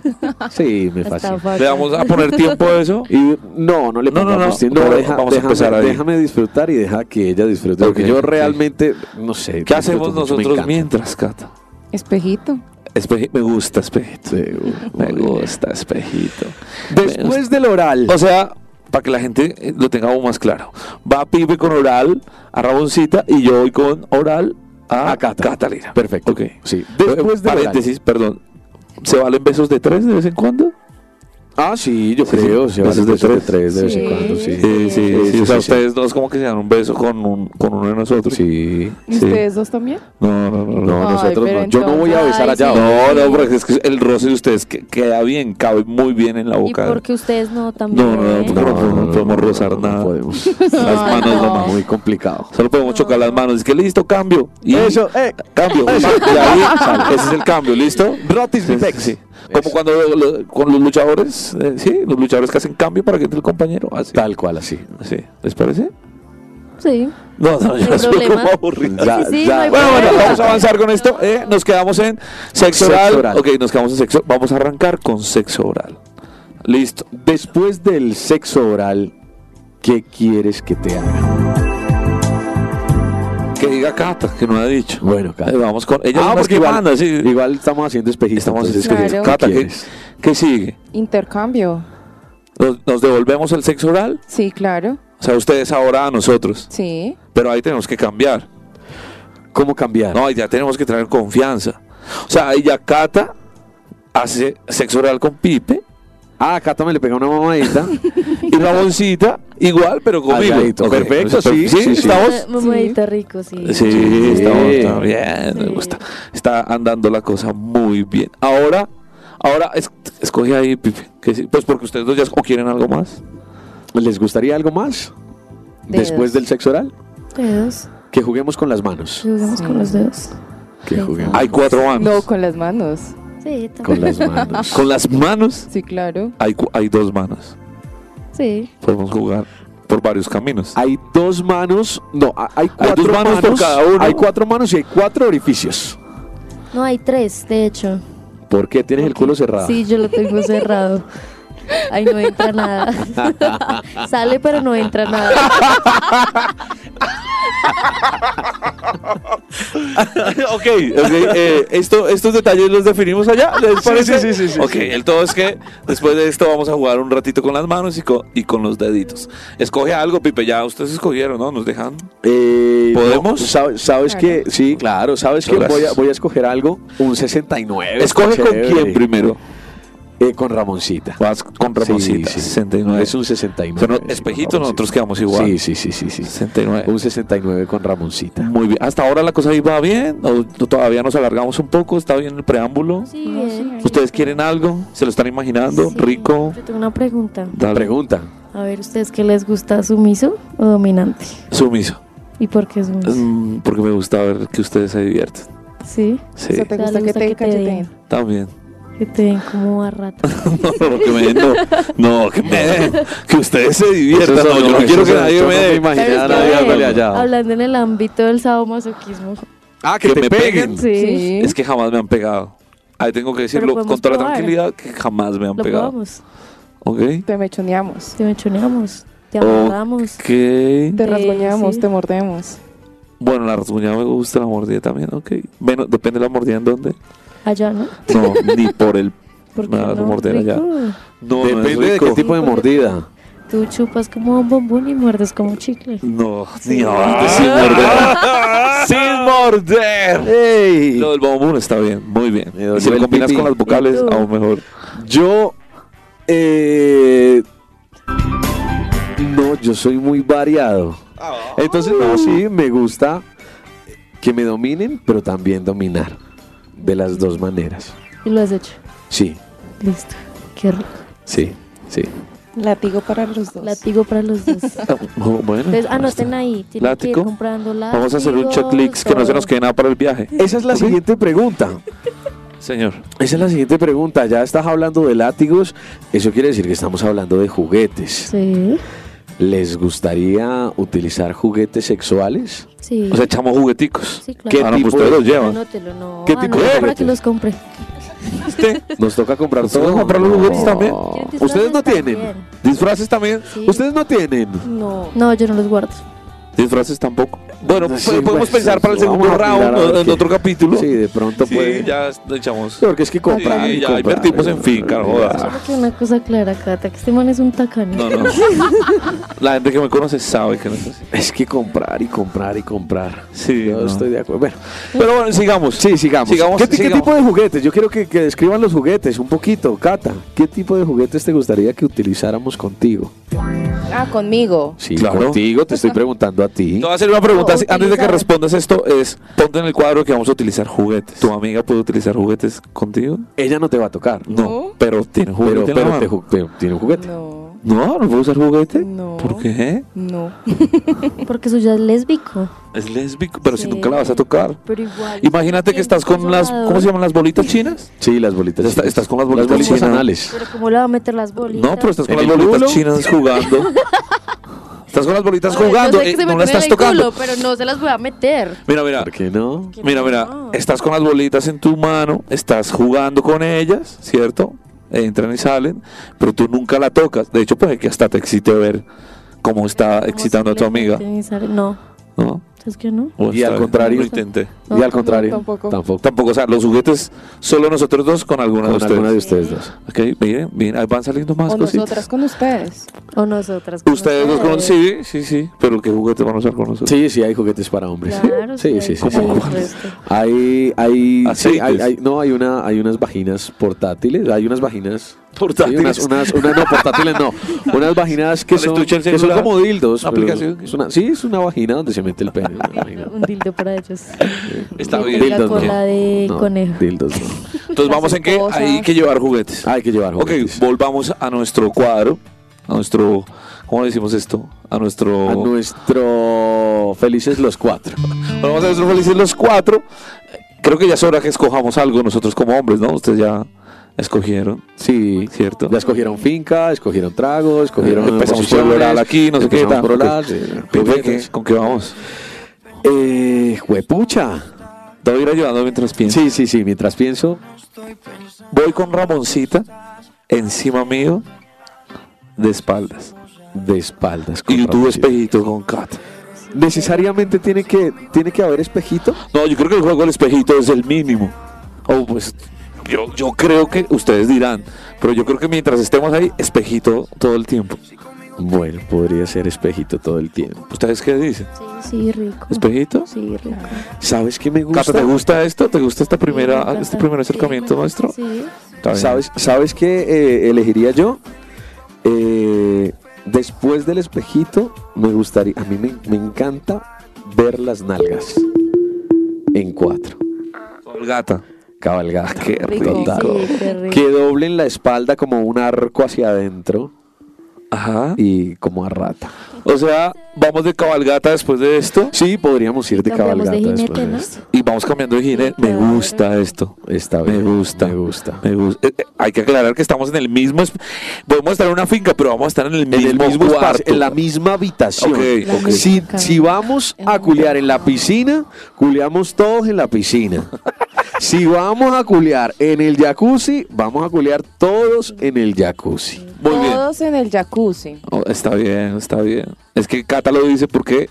D: Sí, me
J: Está
D: fascina.
J: fácil. ¿Le vamos a
C: poner tiempo a eso?
D: Y, no, no le
C: No, no,
D: pongamos
C: no,
D: tiempo.
C: pero
D: deja-
C: vamos a
D: déjame,
C: empezar ahí.
D: déjame disfrutar y deja que ella disfrute.
C: Ok,
D: Porque yo
C: ok.
D: realmente, no sé.
C: ¿Qué
D: disfruto
C: hacemos
D: mucho, me
C: nosotros
D: encanta.
C: mientras, Cata?
F: Espejito.
C: Espeji- me gusta espejito. *laughs* me gusta espejito.
D: Después del oral.
C: O sea, para que la gente eh, lo tenga aún más claro. Va Pipe con oral a Raboncita y yo voy con oral a, Catalina.
D: Perfecto.
C: Ok.
D: Sí. Después del oral.
C: Paréntesis, perdón. ¿Se valen besos de tres de vez en cuando?
D: Ah, sí, yo creo. Se
C: Besos
D: vale
C: de
D: besos de
C: tres.
D: tres de vez en
C: Sí.
D: cuando, sí.
C: Sí, sí, sí, o sea,
D: sí, sí.
C: ustedes dos como que se dan un beso con, un- con uno de nosotros.
D: Sí.
F: ¿Y ustedes dos también?
C: No, no, no. no.
F: Ay, nosotros pero no. Yo no voy a entonces- besar allá. Ay,
C: No,
F: sí.
C: no, porque es que el roce de ustedes que- queda bien, cabe muy bien en la
J: ¿Y
C: boca.
J: porque ustedes no también?
C: No, no, no, porque no, podemos- no podemos rozar nada. Las manos nomás.
D: Muy
C: *laughs*
D: complicado.
C: Solo podemos chocar las manos. Es que listo, cambio. Y
D: Eso, eh.
C: Cambio.
D: Eso.
C: Y
D: *laughs*
C: ahí sale. Ese es el cambio, ¿listo?
D: Rotis mi
C: Sí,
D: pex.
C: sí. Como cuando lo- lo- con los luchadores, eh, sí, los luchadores que hacen cambio para que entre el compañero. Así.
D: Tal cual, así.
C: Sí. ¿Les parece?
J: Sí.
C: No, no,
J: No
C: ya
J: hay
C: soy
J: problema.
C: como aburrido.
J: Ya, Sí, sí, ya. no hay
C: Bueno, bueno,
J: problema.
C: vamos a avanzar con esto. eh. Nos quedamos en sexo,
D: Sexo
C: oral.
D: oral.
C: Ok, nos quedamos en sexo. Vamos a arrancar con sexo oral. Listo.
D: Después del sexo oral, ¿qué quieres que te haga?
C: Que diga Cata, que no ha dicho.
D: Bueno, Cata. Ah,
C: Eh, vamos con. Ella es más que
D: igual,
C: manda, sí.
D: igual estamos haciendo espejitos.
C: Estamos en
D: entonces,
C: espejito.
F: Claro.
C: Cata, ¿qué,
D: quieres?
C: qué sigue?
F: Intercambio.
C: ¿Nos, nos devolvemos el sexo oral?
F: Sí, claro.
C: O sea, ustedes ahora a nosotros.
F: Sí.
C: Pero ahí tenemos que cambiar.
D: ¿Cómo cambiar?
C: No, ahí ya tenemos que traer confianza. O sea, ahí ya Cata hace sexo oral con Pipe.
D: Ah, Cata me le pega una
C: *laughs*
D: mamadita.
C: Y Raboncita, igual, pero conmigo.
D: Alladito,
C: Ok,
D: perfecto,
C: per-
D: pues, sí, sí, sí.
C: estamos.
J: Mamadita Eh, rico, sí.
C: Sí, estamos está bien, me gusta. Está andando la cosa muy bien. Ahora, ahora es- escoge ahí, Pipe. que sí, pues porque ustedes dos ya o quieren algo más.
D: ¿Les gustaría algo más?
J: Dedos.
D: Después del sexo oral,
J: Dedos.
D: que juguemos con las manos.
J: Jugamos con los dedos.
D: Que juguemos
C: Hay cuatro manos.
F: No, con las manos.
J: Sí, también.
D: con las manos.
C: Con las manos
F: Sí, claro.
C: hay, cu- hay dos manos.
J: Sí.
C: Podemos jugar por varios caminos.
D: Hay dos manos, no, ha- hay cuatro
C: dos manos
D: manos,
C: por cada uno.
D: Hay cuatro manos y hay cuatro orificios.
J: No, hay tres, de hecho.
D: ¿Por qué tienes el culo cerrado?
J: Sí, yo lo tengo cerrado. Ahí no entra *laughs* nada. Sale, pero no entra nada. *laughs*
C: ok, ok, eh, esto, estos detalles los definimos allá, ¿les parece?
D: *laughs* sí, sí, sí,
C: Ok,
D: sí.
C: el todo es que después de esto vamos a jugar un ratito con las manos y co- y con, los deditos. Escoge algo, Pipe, ya ustedes escogieron, ¿no? Nos dejan.
D: Eh,
C: ¿Podemos?
D: no, sabe- sabes
F: Claro.
D: que, sí, claro, sabes que
C: Gracias.
D: voy a, voy a escoger algo, un 69.
C: Escoge
D: está
C: con
D: chévere.
C: quién primero.
D: Eh, con Ramoncita.
C: Vas con Ramoncita,
D: Sí, sí.
C: 69.
D: Es un 69.
C: Pero no,
D: sí, con
C: espejito,
D: Ramoncita.
C: nosotros quedamos igual.
D: Sí, sí, sí, sí, sí.
C: 69.
D: Un 69 con Ramoncita.
C: Muy bien. Hasta ahora la cosa iba bien. ¿O no- todavía nos alargamos un poco. Está bien el preámbulo.
J: Sí, bien.
C: ¿Ustedes quieren algo? ¿Se lo están imaginando?
J: Sí.
C: Rico.
J: Yo tengo una pregunta.
C: Dale.
D: Pregunta.
J: A ver, ¿ustedes qué les gusta, sumiso o dominante?
C: Sumiso.
J: ¿Y por qué sumiso?
C: Mm, porque me gusta ver que ustedes se divierten.
J: Sí,
F: O
C: Sí,
F: sea, ¿te
J: O sea, le
F: gusta que
J: gusta
F: te
J: que te den.
F: cacheteen?
C: también.
J: que te den como a *laughs* rato.
C: No, *laughs* no, que me den, no, no, que me den, que ustedes se diviertan. Eh.
D: Eso
C: No, yo no
D: eso
C: quiero que
D: eso
C: nadie
D: no
C: me dé.
D: imagino
J: ¿Sabes
D: a
J: qué?
D: nadie dándole allá.
J: Hablando en el ámbito del sadomasoquismo.
D: Ah,
C: que me peguen.
J: Sí.
C: Es que jamás me han pegado. Ahí tengo que decirlo
J: podemos
C: con toda la
J: probar.
C: tranquilidad que jamás me han
J: Lo
C: pegado.
J: probamos.
C: ¿Ok?
F: Te mechoneamos.
J: Te mechoneamos. Te
C: Ok.
J: amarramos.
C: Que
F: Te
J: Eh,
F: rasguñamos,
J: sí.
F: te mordemos.
C: bueno, la rasguñada me gusta, la mordida también, ok. Bueno, depende de la mordida en dónde.
J: Allá, ¿no?
C: No, ni por el.
J: Porque
C: Me van a
J: no,
C: morder allá.
J: rico.
C: *laughs* No, no es
D: Depende de
C: rico.
D: qué tipo de mordida.
J: tú chupas como un bombón y muerdes como un chicle.
C: No, no, sin morder. sin morder. Lo del bombón está bien, muy bien. Y si
D: dolió
C: lo
D: el
C: combinas
D: pipí.
C: con las vocales,
D: No.
C: aún mejor.
D: Yo. eh, no, yo soy muy variado. Entonces, no, sí, me gusta que me dominen, pero también dominar. De las dos maneras.
J: Y lo has hecho.
D: Sí,
J: Listo. Qué rico.
D: sí, sí.
F: Látigo para los dos.
J: Látigo para los
C: *laughs*
J: dos.
C: Oh, Bueno.
J: Entonces ah, anoten ahí. Tienen que
C: Látigo.
J: ir comprando látigos.
C: Vamos a hacer un checklist que no se nos quede nada para el viaje.
D: Esa es la siguiente pregunta.
C: Señor.
D: Esa es la siguiente pregunta. Ya estás hablando de látigos. Eso quiere decir que estamos hablando de juguetes.
J: Sí.
D: ¿Les gustaría utilizar juguetes sexuales?
J: Sí.
C: O sea, echamos jugueticos. *laughs*
J: Sí, claro.
C: Ah,
D: ¿Qué
C: no, pues
D: tipo
C: ustedes
D: de-
C: los llevan.
J: Anótelo, no.
D: ¿Qué tipo de
J: anótelo para
D: juguetes?
J: que los compre.
D: Nos toca comprar
C: ¿Ustedes
D: todo.
C: comprar los juguetes también?
D: ¿Ustedes no tienen?
J: también. Mm.
C: ¿Disfraces también? ¿Ustedes no tienen?
J: No. No, yo no los guardo.
C: Disfraces tampoco. Bueno,
D: Sí,
C: pues, podemos
D: pues,
C: pensar para el
D: vamos
C: segundo
D: a mirar
C: round,
D: a ver
C: en
D: qué-
C: otro capítulo.
D: Sí, de pronto
C: Sí,
D: puede.
C: ya lo echamos.
D: Porque es que comprar
C: Sí,
D: y
C: ya
D: comprar.
C: invertimos en finca, no jodas.
D: *laughs*
J: Solo que una cosa clara, Cata, que este man es un tacán.
C: Ah. No, no. La gente que me conoce sabe que no es así.
D: Es que comprar y comprar y comprar.
C: Sí,
D: Yo
C: no.
D: estoy de acuerdo. Bueno,
C: Pero bueno, sigamos.
D: Sí, sigamos.
C: Sigamos,
D: ¿Qué, ti- qué
C: sigamos.
D: tipo de juguetes? Yo quiero que, que describan los juguetes un poquito, Cata. ¿Qué tipo de juguetes te gustaría que utilizáramos contigo?
F: Ah, conmigo.
D: Sí, contigo te estoy preguntando a ti.
C: Te voy a hacer una pregunta
F: O
C: así, antes de que
F: utilizar.
C: respondas esto, es ponte en el cuadro que vamos a utilizar juguetes. ¿Tu amiga puede utilizar juguetes contigo?
D: Ella no te va a tocar.
C: No, pero tiene
D: Pero,
C: juguete. en la
D: pero
C: mano.
D: te ju- te- tiene un juguete.
F: No,
C: no, no puedo usar juguete.
F: no.
C: ¿Por qué?
F: No.
J: Porque eso ya es lésbico.
C: Es lésbico, pero si
J: Sí.
C: nunca la vas a tocar.
J: Pero igual.
C: Imagínate que estás con las, ¿cómo se llaman las bolitas chinas?
D: Sí, las bolitas.
C: Está-
D: chinas.
C: estás con las bolitas
D: bolitas
C: chinas.
D: anales.
J: Pues, Pero ¿cómo le va a meter las bolitas?
C: No, pero estás con
D: ¿En
C: las
D: el
C: bolitas
D: culo?
C: chinas jugando.
J: *laughs*
C: estás con las bolitas
J: Ahora, yo
C: jugando,
J: sé que
C: eh,
J: se
C: no
J: meten
C: la
J: en
C: estás
J: el culo,
C: tocando.
J: pero no se las voy a meter.
C: Mira, mira,
D: ¿Por qué no?
C: mira, mira. Estás con las bolitas en tu mano, estás jugando con ellas, ¿cierto? Entran y salen, pero tú nunca la tocas. De hecho, pues que hasta te excite ver cómo está excitando a tu amiga,
J: No,
C: ¿no?
J: es que no.
C: O
D: Y
C: está
D: al
C: bien,
D: contrario.
C: Lo intenté.
J: No,
D: y al contrario.
F: no, tampoco.
C: Tampoco, o sea, los juguetes solo nosotros dos con alguna de
D: Con
C: ustedes.
D: alguna de ustedes dos.
C: Ok, miren, miren, ahí van saliendo más
F: O
C: cositas.
F: nosotras con ustedes.
J: O nosotras. con
C: Ustedes dos con
J: Eh,
C: sí, sí, sí, pero qué juguetes van a usar con nosotros.
D: Sí, sí, hay juguetes para hombres.
J: Claro,
D: sí, sí, sí.
J: hay
D: sí.
J: juguetes.
D: Hay, hay, sí,
C: Aceites.
D: hay- hay- no, hay una, hay unas vaginas portátiles, hay unas vaginas
C: Portátiles.
D: sí, unas, unas- unas- no portátiles, no, unas vaginas que
C: Con
D: son,
C: estuche el
D: que son
C: celular.
D: como dildos. pero
C: Aplicación.
D: es una- sí, es una vagina donde se mete el pene.
J: *laughs*
D: una vagina.
J: Un dildo para ellos.
C: Está
J: Y
C: bien.
J: La
D: Dildos,
J: cola
D: no.
J: de
D: No,
J: conejo.
D: dildos, no.
C: Entonces vamos en que
F: cosas.
C: hay que llevar juguetes.
D: Hay que llevar
C: Ok,
D: juguetes.
C: volvamos a nuestro cuadro, a nuestro, ¿cómo le decimos esto? A nuestro...
D: A nuestro felices los cuatro.
C: Bueno, vamos a nuestro felices los cuatro. Creo que ya es hora que escojamos algo nosotros como hombres, ¿no? Ustedes ya escogieron,
D: Sí,
C: ¿cierto?
D: ya escogieron finca, escogieron trago, escogieron
C: Empezamos por el
D: posiciones,
C: oral aquí, no sé qué
D: empezamos
C: tal.
D: por oral, eh, sí. pues,
C: Pepe, ¿qué? ¿Con qué vamos?
D: Eh, juepucha.
C: Te voy a ir ayudando mientras pienso.
D: Sí, sí, sí, mientras pienso,
C: Voy con Ramoncita encima mío de espaldas.
D: de espaldas.
C: Y tú
D: contra-
C: espejito con Kat.
D: ¿Necesariamente tiene que, tiene que haber espejito?
C: No, yo creo que el juego del espejito es el mínimo. O pues yo, yo creo que ustedes dirán, pero yo creo que mientras estemos ahí, espejito todo el tiempo.
D: Bueno, podría ser espejito todo el tiempo.
C: ¿Ustedes qué dicen?
J: Sí, sí, rico.
C: ¿Espejito?
J: Sí, rico.
D: ¿Sabes qué me
C: Cata,
D: gusta?
C: ¿te gusta esto? ¿Te gusta esta primera,
J: Sí,
C: este primer acercamiento nuestro?
J: Sí.
C: Está bien.
D: ¿Sabes, ¿Sabes qué eh, elegiría yo? Eh, después del espejito, me gustaría. A mí me, me encanta ver las nalgas en cuatro.
C: Gata.
D: Cabalgata. Qué
F: rico.
J: Sí, qué rico.
D: Que doblen la espalda como un arco hacia adentro
C: Ajá.
D: y como a rata.
C: O sea, vamos de cabalgata después de esto
D: Sí, podríamos ir de
J: Cambiamos
D: cabalgata
J: de jinete,
D: después de
J: ¿no?
D: esto.
C: y vamos cambiando de jinete. Me gusta esto.
D: Está
C: Me
D: bien.
C: gusta.
D: Me gusta.
C: Me gusta. Eh, eh, hay que aclarar que estamos en el mismo. esp- Podemos estar en una finca, pero vamos a estar en el mismo,
D: en el mismo
C: cuarto.
D: espacio, en la misma habitación.
C: Ok, La
J: ok.
D: Si,
J: misma cama.
D: si vamos a culear en la piscina, culeamos todos en la piscina. si vamos a culear en el jacuzzi, vamos a culear todos en el jacuzzi.
C: Muy bien.
F: Todos en el jacuzzi.
C: Oh, está bien, está bien. Es que Cata lo dice porque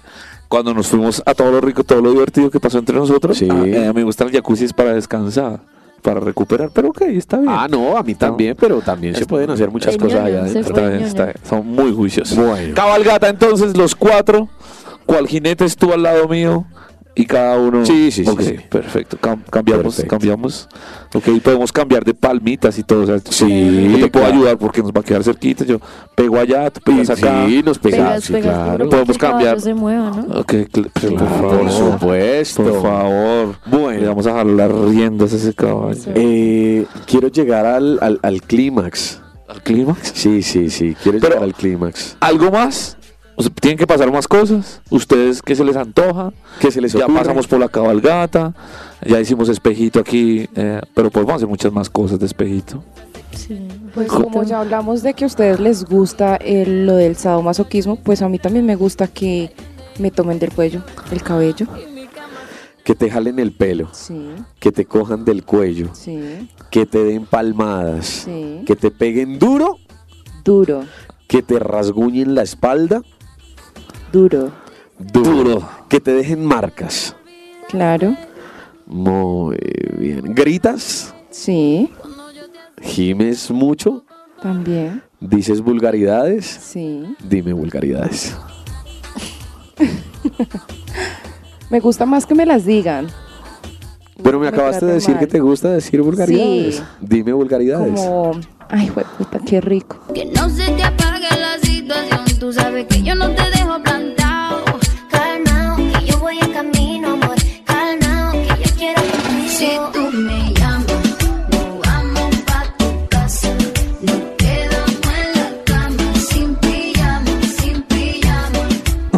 C: cuando nos fuimos a todo lo rico, todo lo divertido que pasó entre nosotros,
D: Sí.
C: a, eh, me gusta el jacuzzi es para descansar. para recuperar, pero ok, está bien.
D: Ah, no, a mí también, pero también se pueden hacer muchas
C: Se
D: cosas allá
C: ñoñan, se
D: adentro.
C: Está bien, está bien. Son muy juiciosos.
D: Bueno.
C: Cabalgata, entonces, los cuatro, cual jinete estuvo al lado mío y cada uno.
D: Sí, sí, sí,
C: Ok,
D: sí.
C: Perfecto. Cam- cambiamos,
D: Perfecto.
C: cambiamos. Ok, podemos cambiar de palmitas y todo. O sea, sí, te puedo
D: claro.
C: ayudar porque nos va a quedar cerquita. Yo pego allá, tú pegas acá.
D: sí, nos pegamos,
J: Pegas,
D: sí,
J: pegas,
D: claro.
J: pero
C: Podemos
J: que el caballo
C: cambiar.
J: se mueva, ¿no?
C: Ok, cl- pero por favor.
D: Por supuesto.
C: Por favor.
D: Bueno.
C: Le vamos a jalar las riendas a ese caballo.
D: Eh, quiero llegar al, al, al clímax.
C: ¿Al clímax?
D: Sí, sí, sí. Quiero llegar al clímax.
C: ¿Algo más? O sea, tienen que pasar más cosas. Ustedes, ¿qué se les antoja?
D: ¿Qué se les
C: Ya
D: ocurre?
C: pasamos por la cabalgata. Ya hicimos espejito aquí. eh, pero podemos hacer muchas más cosas de espejito.
F: Pues como ya hablamos de que a ustedes les gusta el- lo del sadomasoquismo, pues a mí también me gusta que me tomen del cuello, el cabello.
D: Que te jalen el pelo.
F: Sí,
D: Que te cojan del cuello.
F: sí,
D: Que te den palmadas.
F: Sí.
D: Que te peguen duro.
F: Duro.
D: Que te rasguñen la espalda.
F: Duro.
D: Duro. Que te dejen marcas.
F: claro,
D: Muy bien. ¿Gritas?
F: sí,
D: ¿Gimes mucho?
F: también,
D: ¿Dices vulgaridades?
F: sí.
D: Dime vulgaridades.
F: Me gusta más que me las digan,
D: Bueno, me
F: Me
D: acabaste de
F: tratan
D: decir
F: mal.
D: que te gusta decir vulgaridades.
F: Sí.
D: Dime vulgaridades.
F: como, ay, puta, qué rico.
M: Que no se te apague la situación, tú sabes que yo no te dejo plantado. Calmao, que yo voy en camino, amor. Calmao, que yo quiero contigo. Si tú me llamas, nos vamos pa' tu casa. Nos quedamos en la cama, sin pijama, sin pijama.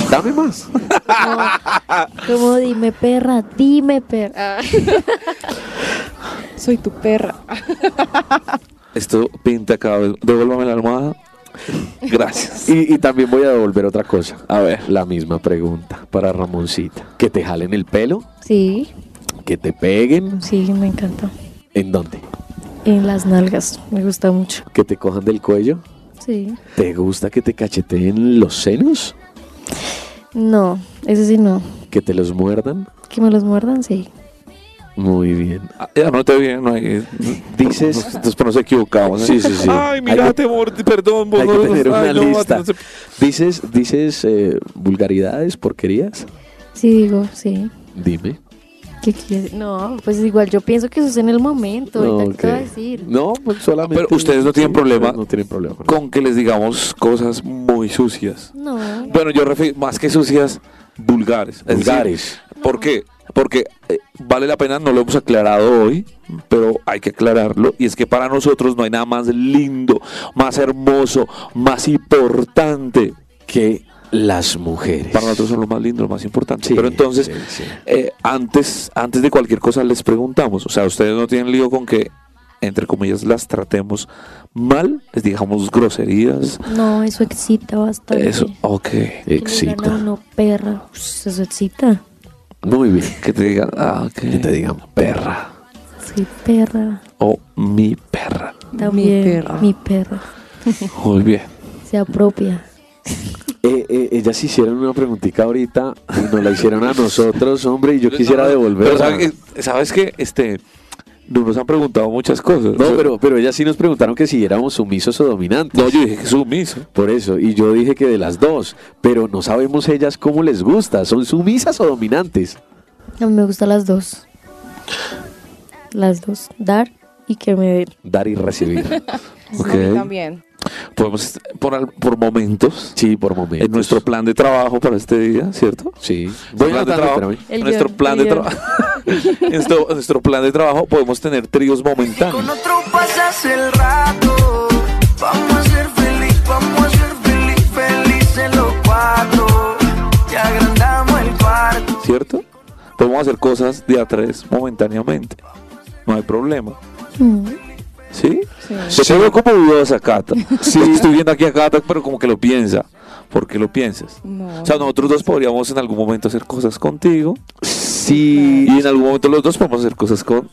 D: Dame más.
J: Como dime perra, dime perra.
F: Soy tu perra.
C: Esto pinta cada vez. Devuélvame la almohada. Gracias. *laughs*
D: Y, y también voy a devolver otra cosa.
C: A ver.
D: La misma pregunta para Ramoncita. Que te jalen el pelo,
J: Sí,
D: que te peguen.
J: sí, me encanta.
D: ¿En dónde?
J: En las nalgas, me gusta mucho.
D: Que te cojan del cuello.
J: Sí.
D: ¿Te gusta que te cacheteen los senos?
J: No, ese sí no.
D: Que te los muerdan.
J: Que me los muerdan, sí.
D: Muy bien.
C: Ah, Ya no te bien. No hay,
D: Dices-
C: *laughs* Entonces, pero nos equivocamos. ¿eh?
D: Sí, sí, sí.
C: Ay,
D: Hay
C: mira,
D: que-
C: te mordí. Perdón, vos
D: Hay
C: Pues no
D: que
C: lo-
D: tener
C: ay,
D: una
C: no,
D: lista.
C: no se-
D: Dices, dices eh, vulgaridades, porquerías.
J: Sí, digo, sí.
D: Dime.
J: ¿Qué quieres? No, pues igual yo pienso que eso es en el momento.
D: Ok.
J: ahorita ¿qué te voy a decir?
D: No, pues solamente.
C: Pero ustedes no tienen
D: sí,
C: problema.
D: No tienen problema.
C: con que les digamos cosas muy sucias.
J: No.
C: Bueno, yo refiero más que sucias, vulgares. Es decir,
D: Vulgares.
C: ¿Por qué? Porque eh, vale la pena, no lo hemos aclarado hoy, pero hay que aclararlo. Y es que para nosotros no hay nada más lindo, más hermoso, más importante.
D: Que las mujeres.
C: Para nosotros son lo más lindo, lo más importante.
D: Sí,
C: pero entonces,
D: sí, sí.
C: eh, antes, antes de cualquier cosa les preguntamos. O sea, ustedes no tienen lío con que, entre comillas, las tratemos mal, les digamos groserías.
J: No, eso excita bastante.
C: Eso, ok.
J: Que le digan a
D: Excita.
J: uno, perra. Ush, eso excita.
D: Muy bien.
C: Que te digan, ah, ok.
D: Que te digan perra.
J: Soy perra.
C: o Oh, mi perra.
J: También. Mi
F: perra.
J: perra. Mi perra.
C: Muy bien.
J: Se apropia.
D: Eh, eh, ellas hicieron una preguntita ahorita y nos la hicieron a nosotros, hombre, y yo quisiera
C: Pero
D: devolverla.
C: ¿sabes que, Este, nos han preguntado muchas cosas.
D: No, pero, pero ellas sí nos preguntaron que si éramos sumisos o dominantes.
C: No, yo dije que sumiso.
D: Por eso, y yo dije que de las dos, pero no sabemos ellas cómo les gusta, ¿son sumisas o dominantes?
J: A mí me gustan las dos. Las dos. Dar y que me den.
D: Dar y
J: *laughs*
D: recibir.
C: Ok.
F: A mí también.
C: Podemos, por, al- por momentos,
D: Sí, por momentos.
C: en nuestro plan de trabajo para este día, ¿cierto?
D: Sí.
C: Nuestro
D: Voy a
C: plan de
D: anotarlo,
C: trabajo-
D: espérame.
J: El
C: nuestro
J: guión,
C: plan
J: el
C: de
J: guión.
C: trabajo. *laughs* nuestro, nuestro plan de trabajo podemos tener tríos
G: Con
C: momentáneos.
G: otro pasas el rato. Vamos a ser feliz, vamos a ser feliz, felices los cuatro. Te agrandamos el cuarto.
C: ¿Cierto? Podemos hacer cosas de a tres momentáneamente. No hay problema.
J: Mm.
C: ¿Sí?
F: Sí.
C: Se te veo como dudosa, Cata. Sí, estoy viendo aquí a Cata, pero como que lo piensa. ¿Por qué lo piensas?
F: No.
C: O sea, nosotros dos podríamos en algún momento hacer cosas contigo.
D: Sí,
C: Y en algún momento los dos podemos hacer cosas con.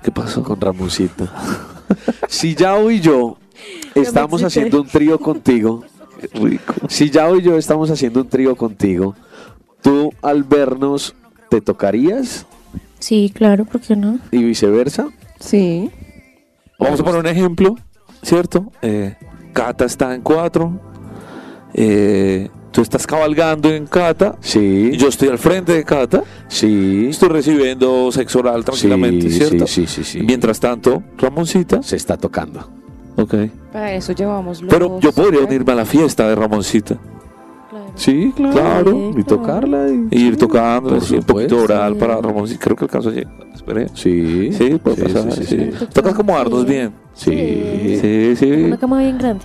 C: ¿Qué pasó? *laughs*
D: con Ramoncita. si Yao y yo estamos
J: excité.
D: haciendo un trío contigo,
C: Qué rico.
D: si Yao y yo estamos haciendo un trío contigo, tú al vernos te tocarías
J: Sí, claro, ¿por qué no?
D: y viceversa.
F: Sí.
C: Vamos a poner un ejemplo, ¿cierto? Eh, Cata está en cuatro. eh, tú estás cabalgando en Cata.
D: Sí.
C: Yo estoy al frente de Cata.
D: Sí.
C: Estoy recibiendo sexo oral tranquilamente,
D: sí,
C: ¿cierto?
D: sí, sí, sí.
C: Mientras tanto, Ramoncita.
D: Se está tocando.
C: Ok.
F: Para eso llevamos los.
C: Pero yo podría unirme a la fiesta de Ramoncita.
D: Sí, claro. Y tocarla. Y,
C: Y ir tocando,
D: Por
C: así, un poquito
D: supuesto.
C: oral para Ramoncita. Creo que el caso llega. Esperé.
D: Sí.
C: Sí, puede
D: Sí,
C: pasar,
D: sí,
C: sí.
D: sí,
C: Toca acomodarnos bien.
D: Sí.
C: Sí, sí.
J: Una cama bien grande.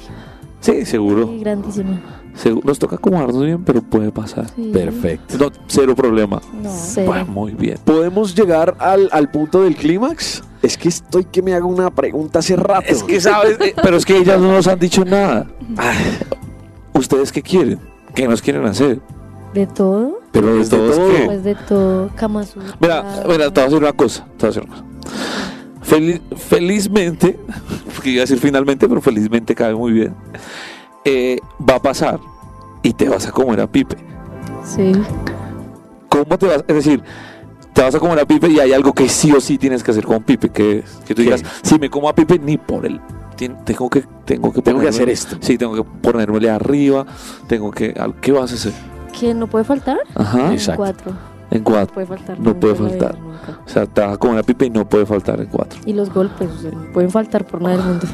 C: Sí, seguro.
J: Sí, grandísima.
C: Segu- Nos toca acomodarnos bien, pero puede pasar.
J: Sí.
D: Perfecto.
C: No, cero problema.
J: Cero.
C: Bueno, muy bien.
D: ¿Podemos llegar al, al punto del clímax? Es que estoy que me hago una pregunta hace rato.
C: Es que sabes, eh, *laughs* pero es que ellas no nos han dicho nada. Ay, ¿Ustedes qué quieren? ¿Qué nos quieren hacer?
J: De todo.
C: Pero de todos qué?
J: Pues ah. de todo. Kama Sutra.
C: Mira, mira, te voy a decir una cosa. Te voy a decir una cosa. Feli- felizmente, *laughs* porque iba a decir finalmente, pero felizmente cabe muy bien. eh, va a pasar y te vas a comer a Pipe.
J: Sí.
C: ¿Cómo te vas? Es decir, te vas a comer a Pipe y hay algo que sí o sí tienes que hacer con Pipe, que es que tú digas, si me como a Pipe ni por él. Tien- Tengo que, tengo que,
D: Tengo que
C: ponerme-
D: hacer esto.
C: Sí, tengo que ponérmele arriba. Tengo que. al- ¿Qué vas a hacer?
J: ¿Quién no puede faltar?
C: Ajá.
J: En
C: Ah, Exacto.
J: Cuatro.
C: En
J: No
C: cuatro.
J: puede faltar.
C: No puede
J: nunca en la vida,
C: faltar. O sea, te vas a comer a Pipe y no puede faltar en cuatro. *laughs*
J: Y los golpes o sea, no pueden faltar por nada del mundo.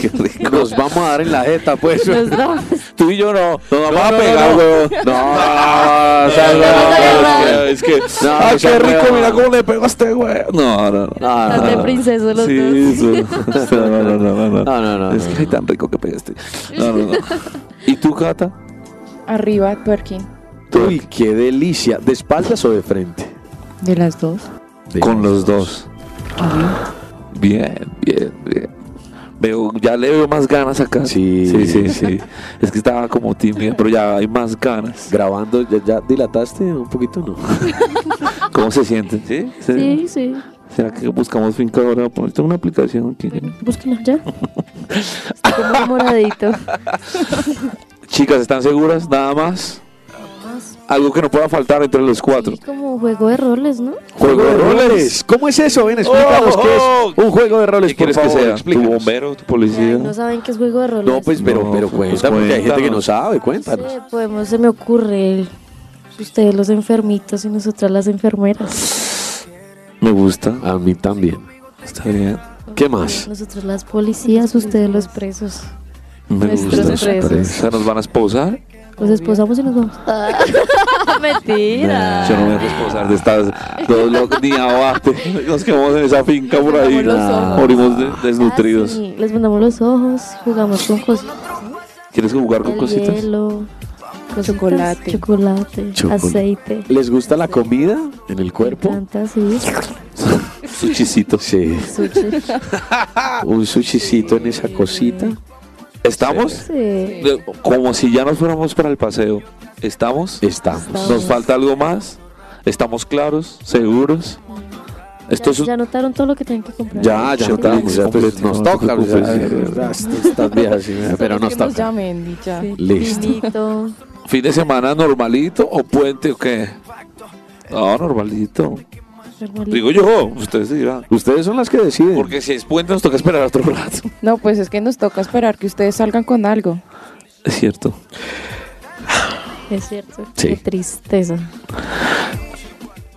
C: Qué rico.
D: Nos vamos a dar en la jeta, pues.
J: Nos damos.
C: Tú y yo no. Nos vamos a
D: no,
C: pegar,
D: no.
C: huevón. *laughs*
D: No,
C: No,
D: no,
C: no, es que. es que-
D: No,
C: Ay,
D: esa
C: qué rico,
D: huevón.
C: mira cómo le pegó a este güey. No, no, no.
J: Están de princesos los
C: Ah. Sí, *laughs* eso- no, no, no, no, no.
D: No, no, no,
C: Es que ay, tan rico que pegaste. No, no, no. ¿Y tú, Cata?
F: Arriba, twerking.
D: Uy, qué delicia. ¿De espaldas o de frente?
F: De las dos.
C: Con los dos. Bien, bien, bien. Veo, ya le veo más ganas acá.
D: Sí,
C: sí, sí, sí. Es que estaba como tímida, pero ya hay más ganas.
D: Grabando, ¿ya, ya dilataste un poquito no?
C: ¿Cómo se sienten? Ah. ¿Sí?
J: Sí, sí.
C: ¿Será que buscamos finca ahora? Ponte una aplicación aquí.
J: Búsquenlo ya. Está
C: *laughs*
J: como enamoradito.
C: Chicas, ¿están seguras? Nada más. Algo que no pueda faltar entre los cuatro.
J: Como juego de roles, ¿no?
D: Juego de roles. ¿Cómo es eso? Ven, explícanos
C: Oh,
D: qué
C: oh.
D: es un juego de roles,
C: ¿Qué
D: por
C: quieres que
D: favor,
C: sea? ¿Tu
D: explícanos.
C: bombero? ¿Tu policía?
J: No saben qué es juego de roles.
D: No, pues, pero,
C: No,
D: pero
C: pues,
D: cuenta, porque hay gente que no
C: cuéntanos.
D: sabe, cuéntanos.
J: Eh, podemos, se me ocurre. el- Ustedes los enfermitos y nosotras las enfermeras.
C: Me gusta.
D: A mí también.
C: Está bien.
D: ¿Qué más?
J: Nosotros las policías, ustedes los presos.
C: Me
J: Nuestros
C: gusta.
J: presos.
C: ¿Se nos van a esposar?
J: Los esposamos y nos vamos.
D: Ah,
J: Mentira.
C: Yo no me voy a esposar de estas dos locas ni abate.
D: *laughs*
C: Nos quedamos en esa finca por ahí.
J: Nos damos los
D: Ah.
J: ojos. Ah,
C: Morimos de- desnutridos.
J: Sí, les mandamos los ojos, jugamos con cositas.
C: ¿Quieres jugar con
J: El
C: cositas?
J: hielo, cositas,
F: Chocolate.
J: chocolate,
D: Chocolate.
J: aceite.
D: ¿Les gusta la comida en el cuerpo?
J: Planta, sí.
C: Suchicito.
D: Sí,
J: Sushi.
D: un sushicito en esa cosita.
C: ¿Estamos?
J: Sí.
C: De- Como si ya nos fuéramos para el paseo. ¿Estamos?
D: Estamos.
C: ¿Nos falta algo más? ¿Estamos claros? ¿Seguros? Esto es
J: ya,
C: un-
J: ya anotaron todo lo que tienen que comprar.
D: Ah, Ya, ya
C: Yo
D: estamos,
C: también,
D: ya pues,
C: no
D: nos
C: te
D: toca.
C: preocupes.
D: ya, Estas viejas, sí,
C: Ah,
D: pero nos
F: que nos
D: toca.
F: llamen y ya.
D: Listo.
J: Vinito.
C: ¿Fin de semana normalito o puente o qué? No, normalito. Digo yo, ustedes dirán.
D: Ustedes son las que deciden.
C: Porque si es puente nos toca esperar otro rato.
F: No, pues es que nos toca esperar que ustedes salgan con algo.
C: Es cierto.
J: Es cierto.
D: Sí.
J: Qué tristeza.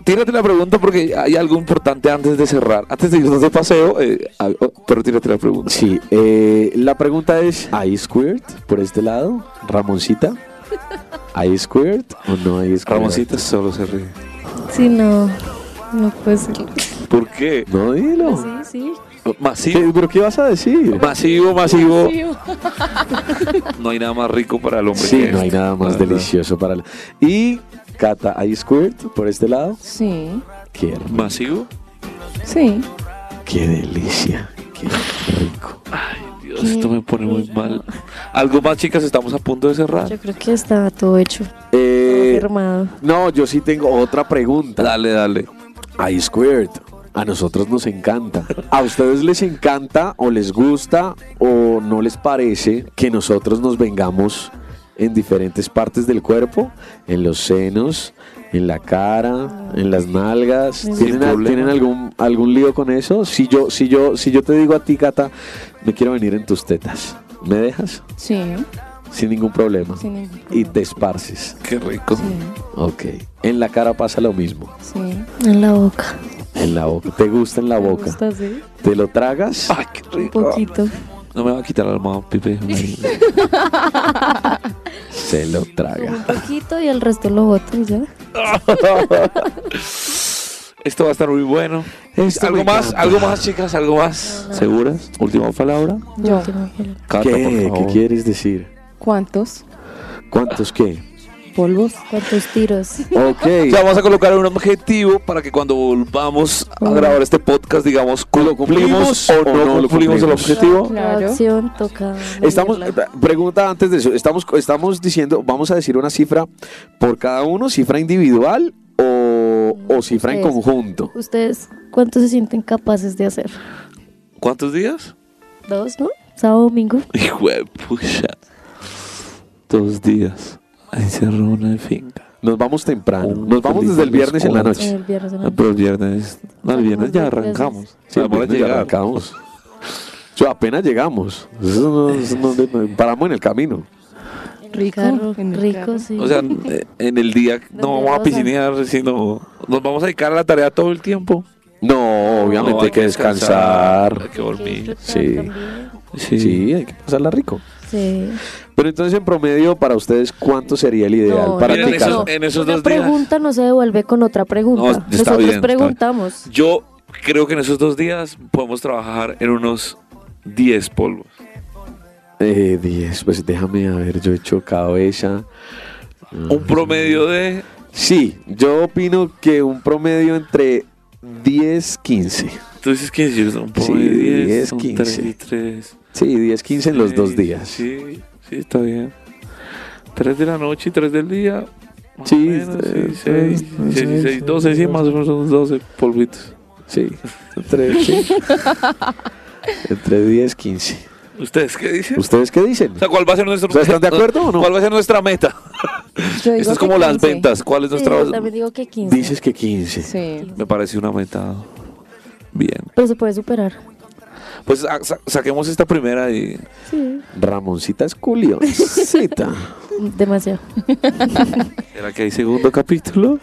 C: Tírate la pregunta porque hay algo importante antes de cerrar. Antes de irnos de paseo, eh, algo- pero tírate la pregunta.
D: Sí, eh, la pregunta es, ¿hay squirt por este lado? Ramoncita, ¿hay squirt o no hay squirt?
C: Ramoncita solo se ríe.
J: Sí, no. No, pues.
C: ¿Por qué?
D: No, dilo.
J: Sí, sí.
C: Masivo,
D: ¿Qué- ¿Pero qué vas a
C: *laughs*
D: decir?
C: masivo, masivo. No hay nada más rico para el hombre.
D: Sí,
C: que
D: no hay
C: esto,
D: nada más
C: la verdad.
D: delicioso para la... Y, Cata, ¿hay squirt por este lado?
F: Sí,
D: Qué, rico,
C: ¿Masivo?
F: sí.
D: qué delicia, qué rico.
C: Dios, esto me pone
D: Pues
C: muy mal. Algo más, chicas, estamos a punto de cerrar.
J: Yo creo que estaba todo hecho.
D: Eh,
J: Firmado.
D: no, yo sí tengo otra pregunta.
C: Dale, dale.
D: Hay squirt. A nosotros nos encanta. ¿A ustedes les encanta o les gusta o no les parece que nosotros nos vengamos en diferentes partes del cuerpo, en los senos, en la cara, en las nalgas.
C: Sin
D: ¿Tienen, a-
C: problema.
D: ¿tienen algún, algún lío con eso? Si yo, si, yo, si yo te digo a ti, Cata, me quiero venir en tus tetas, ¿me dejas?
F: Sí,
D: Sin ningún problema.
F: Sin ningún
D: Y te esparces.
C: Qué rico.
D: Ok. En la cara pasa lo mismo.
F: sí.
J: En la boca.
D: En la boca. ¿Te gusta en la boca?
J: Está así,
D: ¿Te lo tragas?
J: un poquito.
C: No me va a quitar la almohada,
D: *laughs*
C: Pipe.
D: Se lo traga.
J: Un poquito y el resto lo boto y ya.
C: Esto va a estar muy bueno.
D: Esto
C: ¿Algo
D: me
C: más?
D: encanta.
C: ¿Algo más, chicas? ¿Algo más? ¿Seguras? ¿Última palabra?
F: Yo.
C: Cata, por
D: ¿Qué?
C: favor.
D: ¿Qué quieres decir?
F: ¿Cuántos
D: ¿Cuántos qué?
C: *laughs*
F: polvos?
J: ¿Cuántos tiros?
D: Ok.
C: Ya vamos a colocar un objetivo para que cuando volvamos
D: Oh.
C: a grabar este podcast, digamos, ¿cumplimos o no cumplimos el objetivo?
J: La opción toca.
D: Estamos, pregunta antes de eso, estamos, estamos diciendo, vamos a decir una cifra por cada uno, cifra individual o, o cifra en
J: ustedes.
D: conjunto.
J: ¿Ustedes cuántos se sienten capaces de hacer?
C: ¿Cuántos días?
J: ¿Dos, no? ¿Sábado, domingo?
C: Hijo de pucha. Dos días. Ahí cerró una finca.
D: Nos vamos temprano. Nos vamos desde el viernes en la noche.
J: Eh, El viernes en la
C: Ah, Pero el viernes. No, el viernes ya
J: Veces.
C: arrancamos.
D: Sí,
C: Ahora
D: apenas
C: llegar.
D: arrancamos. O sea, apenas llegamos. Eso no- eso
C: *laughs*
D: no- paramos en el camino.
F: Rico.
J: Carro,
F: en el
J: rico,
F: carro.
J: sí.
C: O sea, eh, en el día no vamos a piscinear, sino nos vamos a dedicar a la tarea todo el tiempo.
D: No, obviamente
C: No,
D: hay que descansar.
C: Hay que dormir.
D: Sí.
C: Sí.
D: sí, hay que pasarla rico.
J: Sí.
D: Pero entonces, en promedio, para ustedes, ¿cuánto sería el ideal
J: No,
D: para
J: no,
D: ti,
J: no.
D: Cata?
C: esos- en esos
J: Una
C: dos días.
J: pregunta no se devuelve con otra pregunta.
C: No, está
J: Nosotros
C: bien, está bien.
J: preguntamos.
C: Yo creo que en esos dos días podemos trabajar en unos 10 polvos.
D: Eh, 10, pues déjame a ver, yo he hecho cabeza.
C: Un promedio de.
D: Sí, yo opino que un promedio entre 10, 15.
C: Tú dices que es un
D: Sí,
C: promedio de 10,
D: 10,
C: son
D: 15.
C: 33.
D: Sí, 10, 15 en los dos días.
C: Sí, sí, está bien. 3 de la noche y 3 del día. Más
D: Sí,
C: o menos, sí,
D: tres,
C: 6,
D: tres, tres,
C: 16,
D: seis,
C: 12, sí,
D: seis,
C: más o menos unos 12 polvitos.
D: Sí, entre, sí. entre 10, 15.
C: *laughs* ¿Ustedes qué dicen?
D: ¿Ustedes qué dicen?
C: O sea, ¿cuál va a ser nuestro
D: ¿Ustedes están Pues, de acuerdo o no?
C: ¿Cuál va a ser nuestra meta?
F: Yo digo
C: Esto es
F: que
C: como las
F: 15.
C: ventas. ¿Cuál es
J: Sí,
C: nuestra
J: yo también digo que 15.
D: Dices que 15.
F: Sí.
C: Me parece una meta. Bien.
J: Pero se puede superar.
C: Pues sa- sa- saquemos esta primera y.
J: Sí.
D: Ramoncita es culioncita.
J: Demasiado.
C: ¿Será que hay segundo
D: *laughs*
C: capítulo?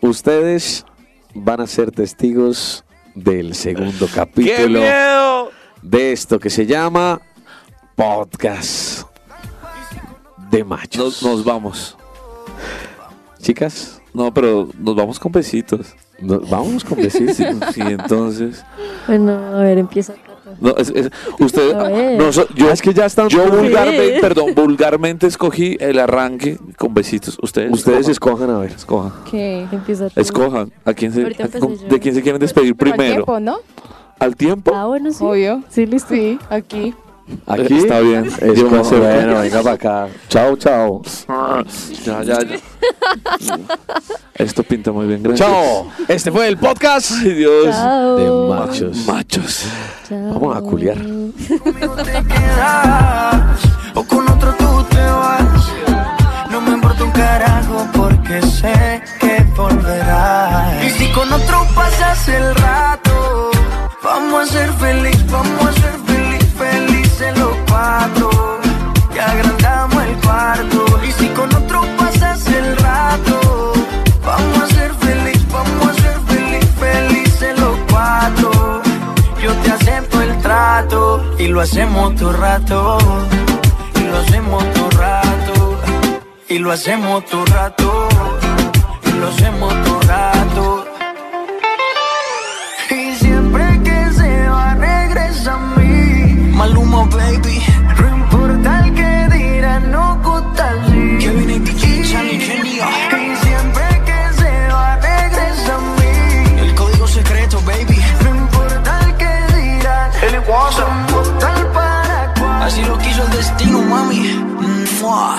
D: Ustedes van a ser testigos del segundo
C: ¡Qué
D: capítulo
C: miedo!
D: de esto que se llama Podcast de
C: Nos,
D: Machos.
C: nos vamos.
D: Chicas,
C: No, pero nos vamos con besitos.
D: nos vamos
C: *laughs*
D: con decir.
C: Sí, sí, entonces.
J: Bueno, a ver, empieza. Cata.
C: No, es- es- usted.
J: A ver.
C: no, so- yo,
D: es que ya
J: *laughs*
D: están.
C: yo *laughs* vulgarmente,
J: ver.
C: perdón, vulgarmente escogí el arranque con besitos. Ustedes.
D: Ustedes
C: escojan.
D: escojan a ver.
C: escojan.
F: ¿Qué?
J: Empieza tú.
C: Escojan. ¿A quién se,
J: Ahorita
C: a-
J: empecé
C: con-
J: yo.
C: ¿De quién se quieren despedir
F: Pero al
C: primero?
F: tiempo, ¿no?
C: ¿Al tiempo?
J: Ah, bueno, sí.
F: Obvio.
J: Sí, listo.
F: Sí, aquí.
D: Aquí
C: Está bien. Yo me
D: Escojan.
C: acerco.
D: Bueno, venga para acá. Chao, chao.
J: Ah.
C: Ya, ya,
J: *laughs*
C: ya. Esto pinta muy bien, gracias.
D: Chao. Este fue el podcast
C: Ay, Dios.
J: Chao.
D: de Machos.
C: Machos.
J: Chao.
D: Vamos a culiar.
G: te quedas o con otro tú te vas. No me importa un carajo porque sé que volverás. Y si con otro pasas el rato, vamos a ser feliz, vamos a ser feliz, felices los cuatro. Te agrandamos el cuarto. Y si con otro pasas el rato, vamos a ser feliz, vamos a ser feliz, felices los cuatro. Yo te acepto el trato y lo hacemos tu rato. Y lo hacemos tu rato. Y lo hacemos tu rato. Y lo hacemos tu rato. Y siempre que se va regresa a mí Maluma baby No importa el que dirán no gusta así Kevin y Y siempre que se va regresa a mí El código secreto baby No importa el que dirán El WhatsApp No importa el para cuál Así lo quiso el destino mami Mua.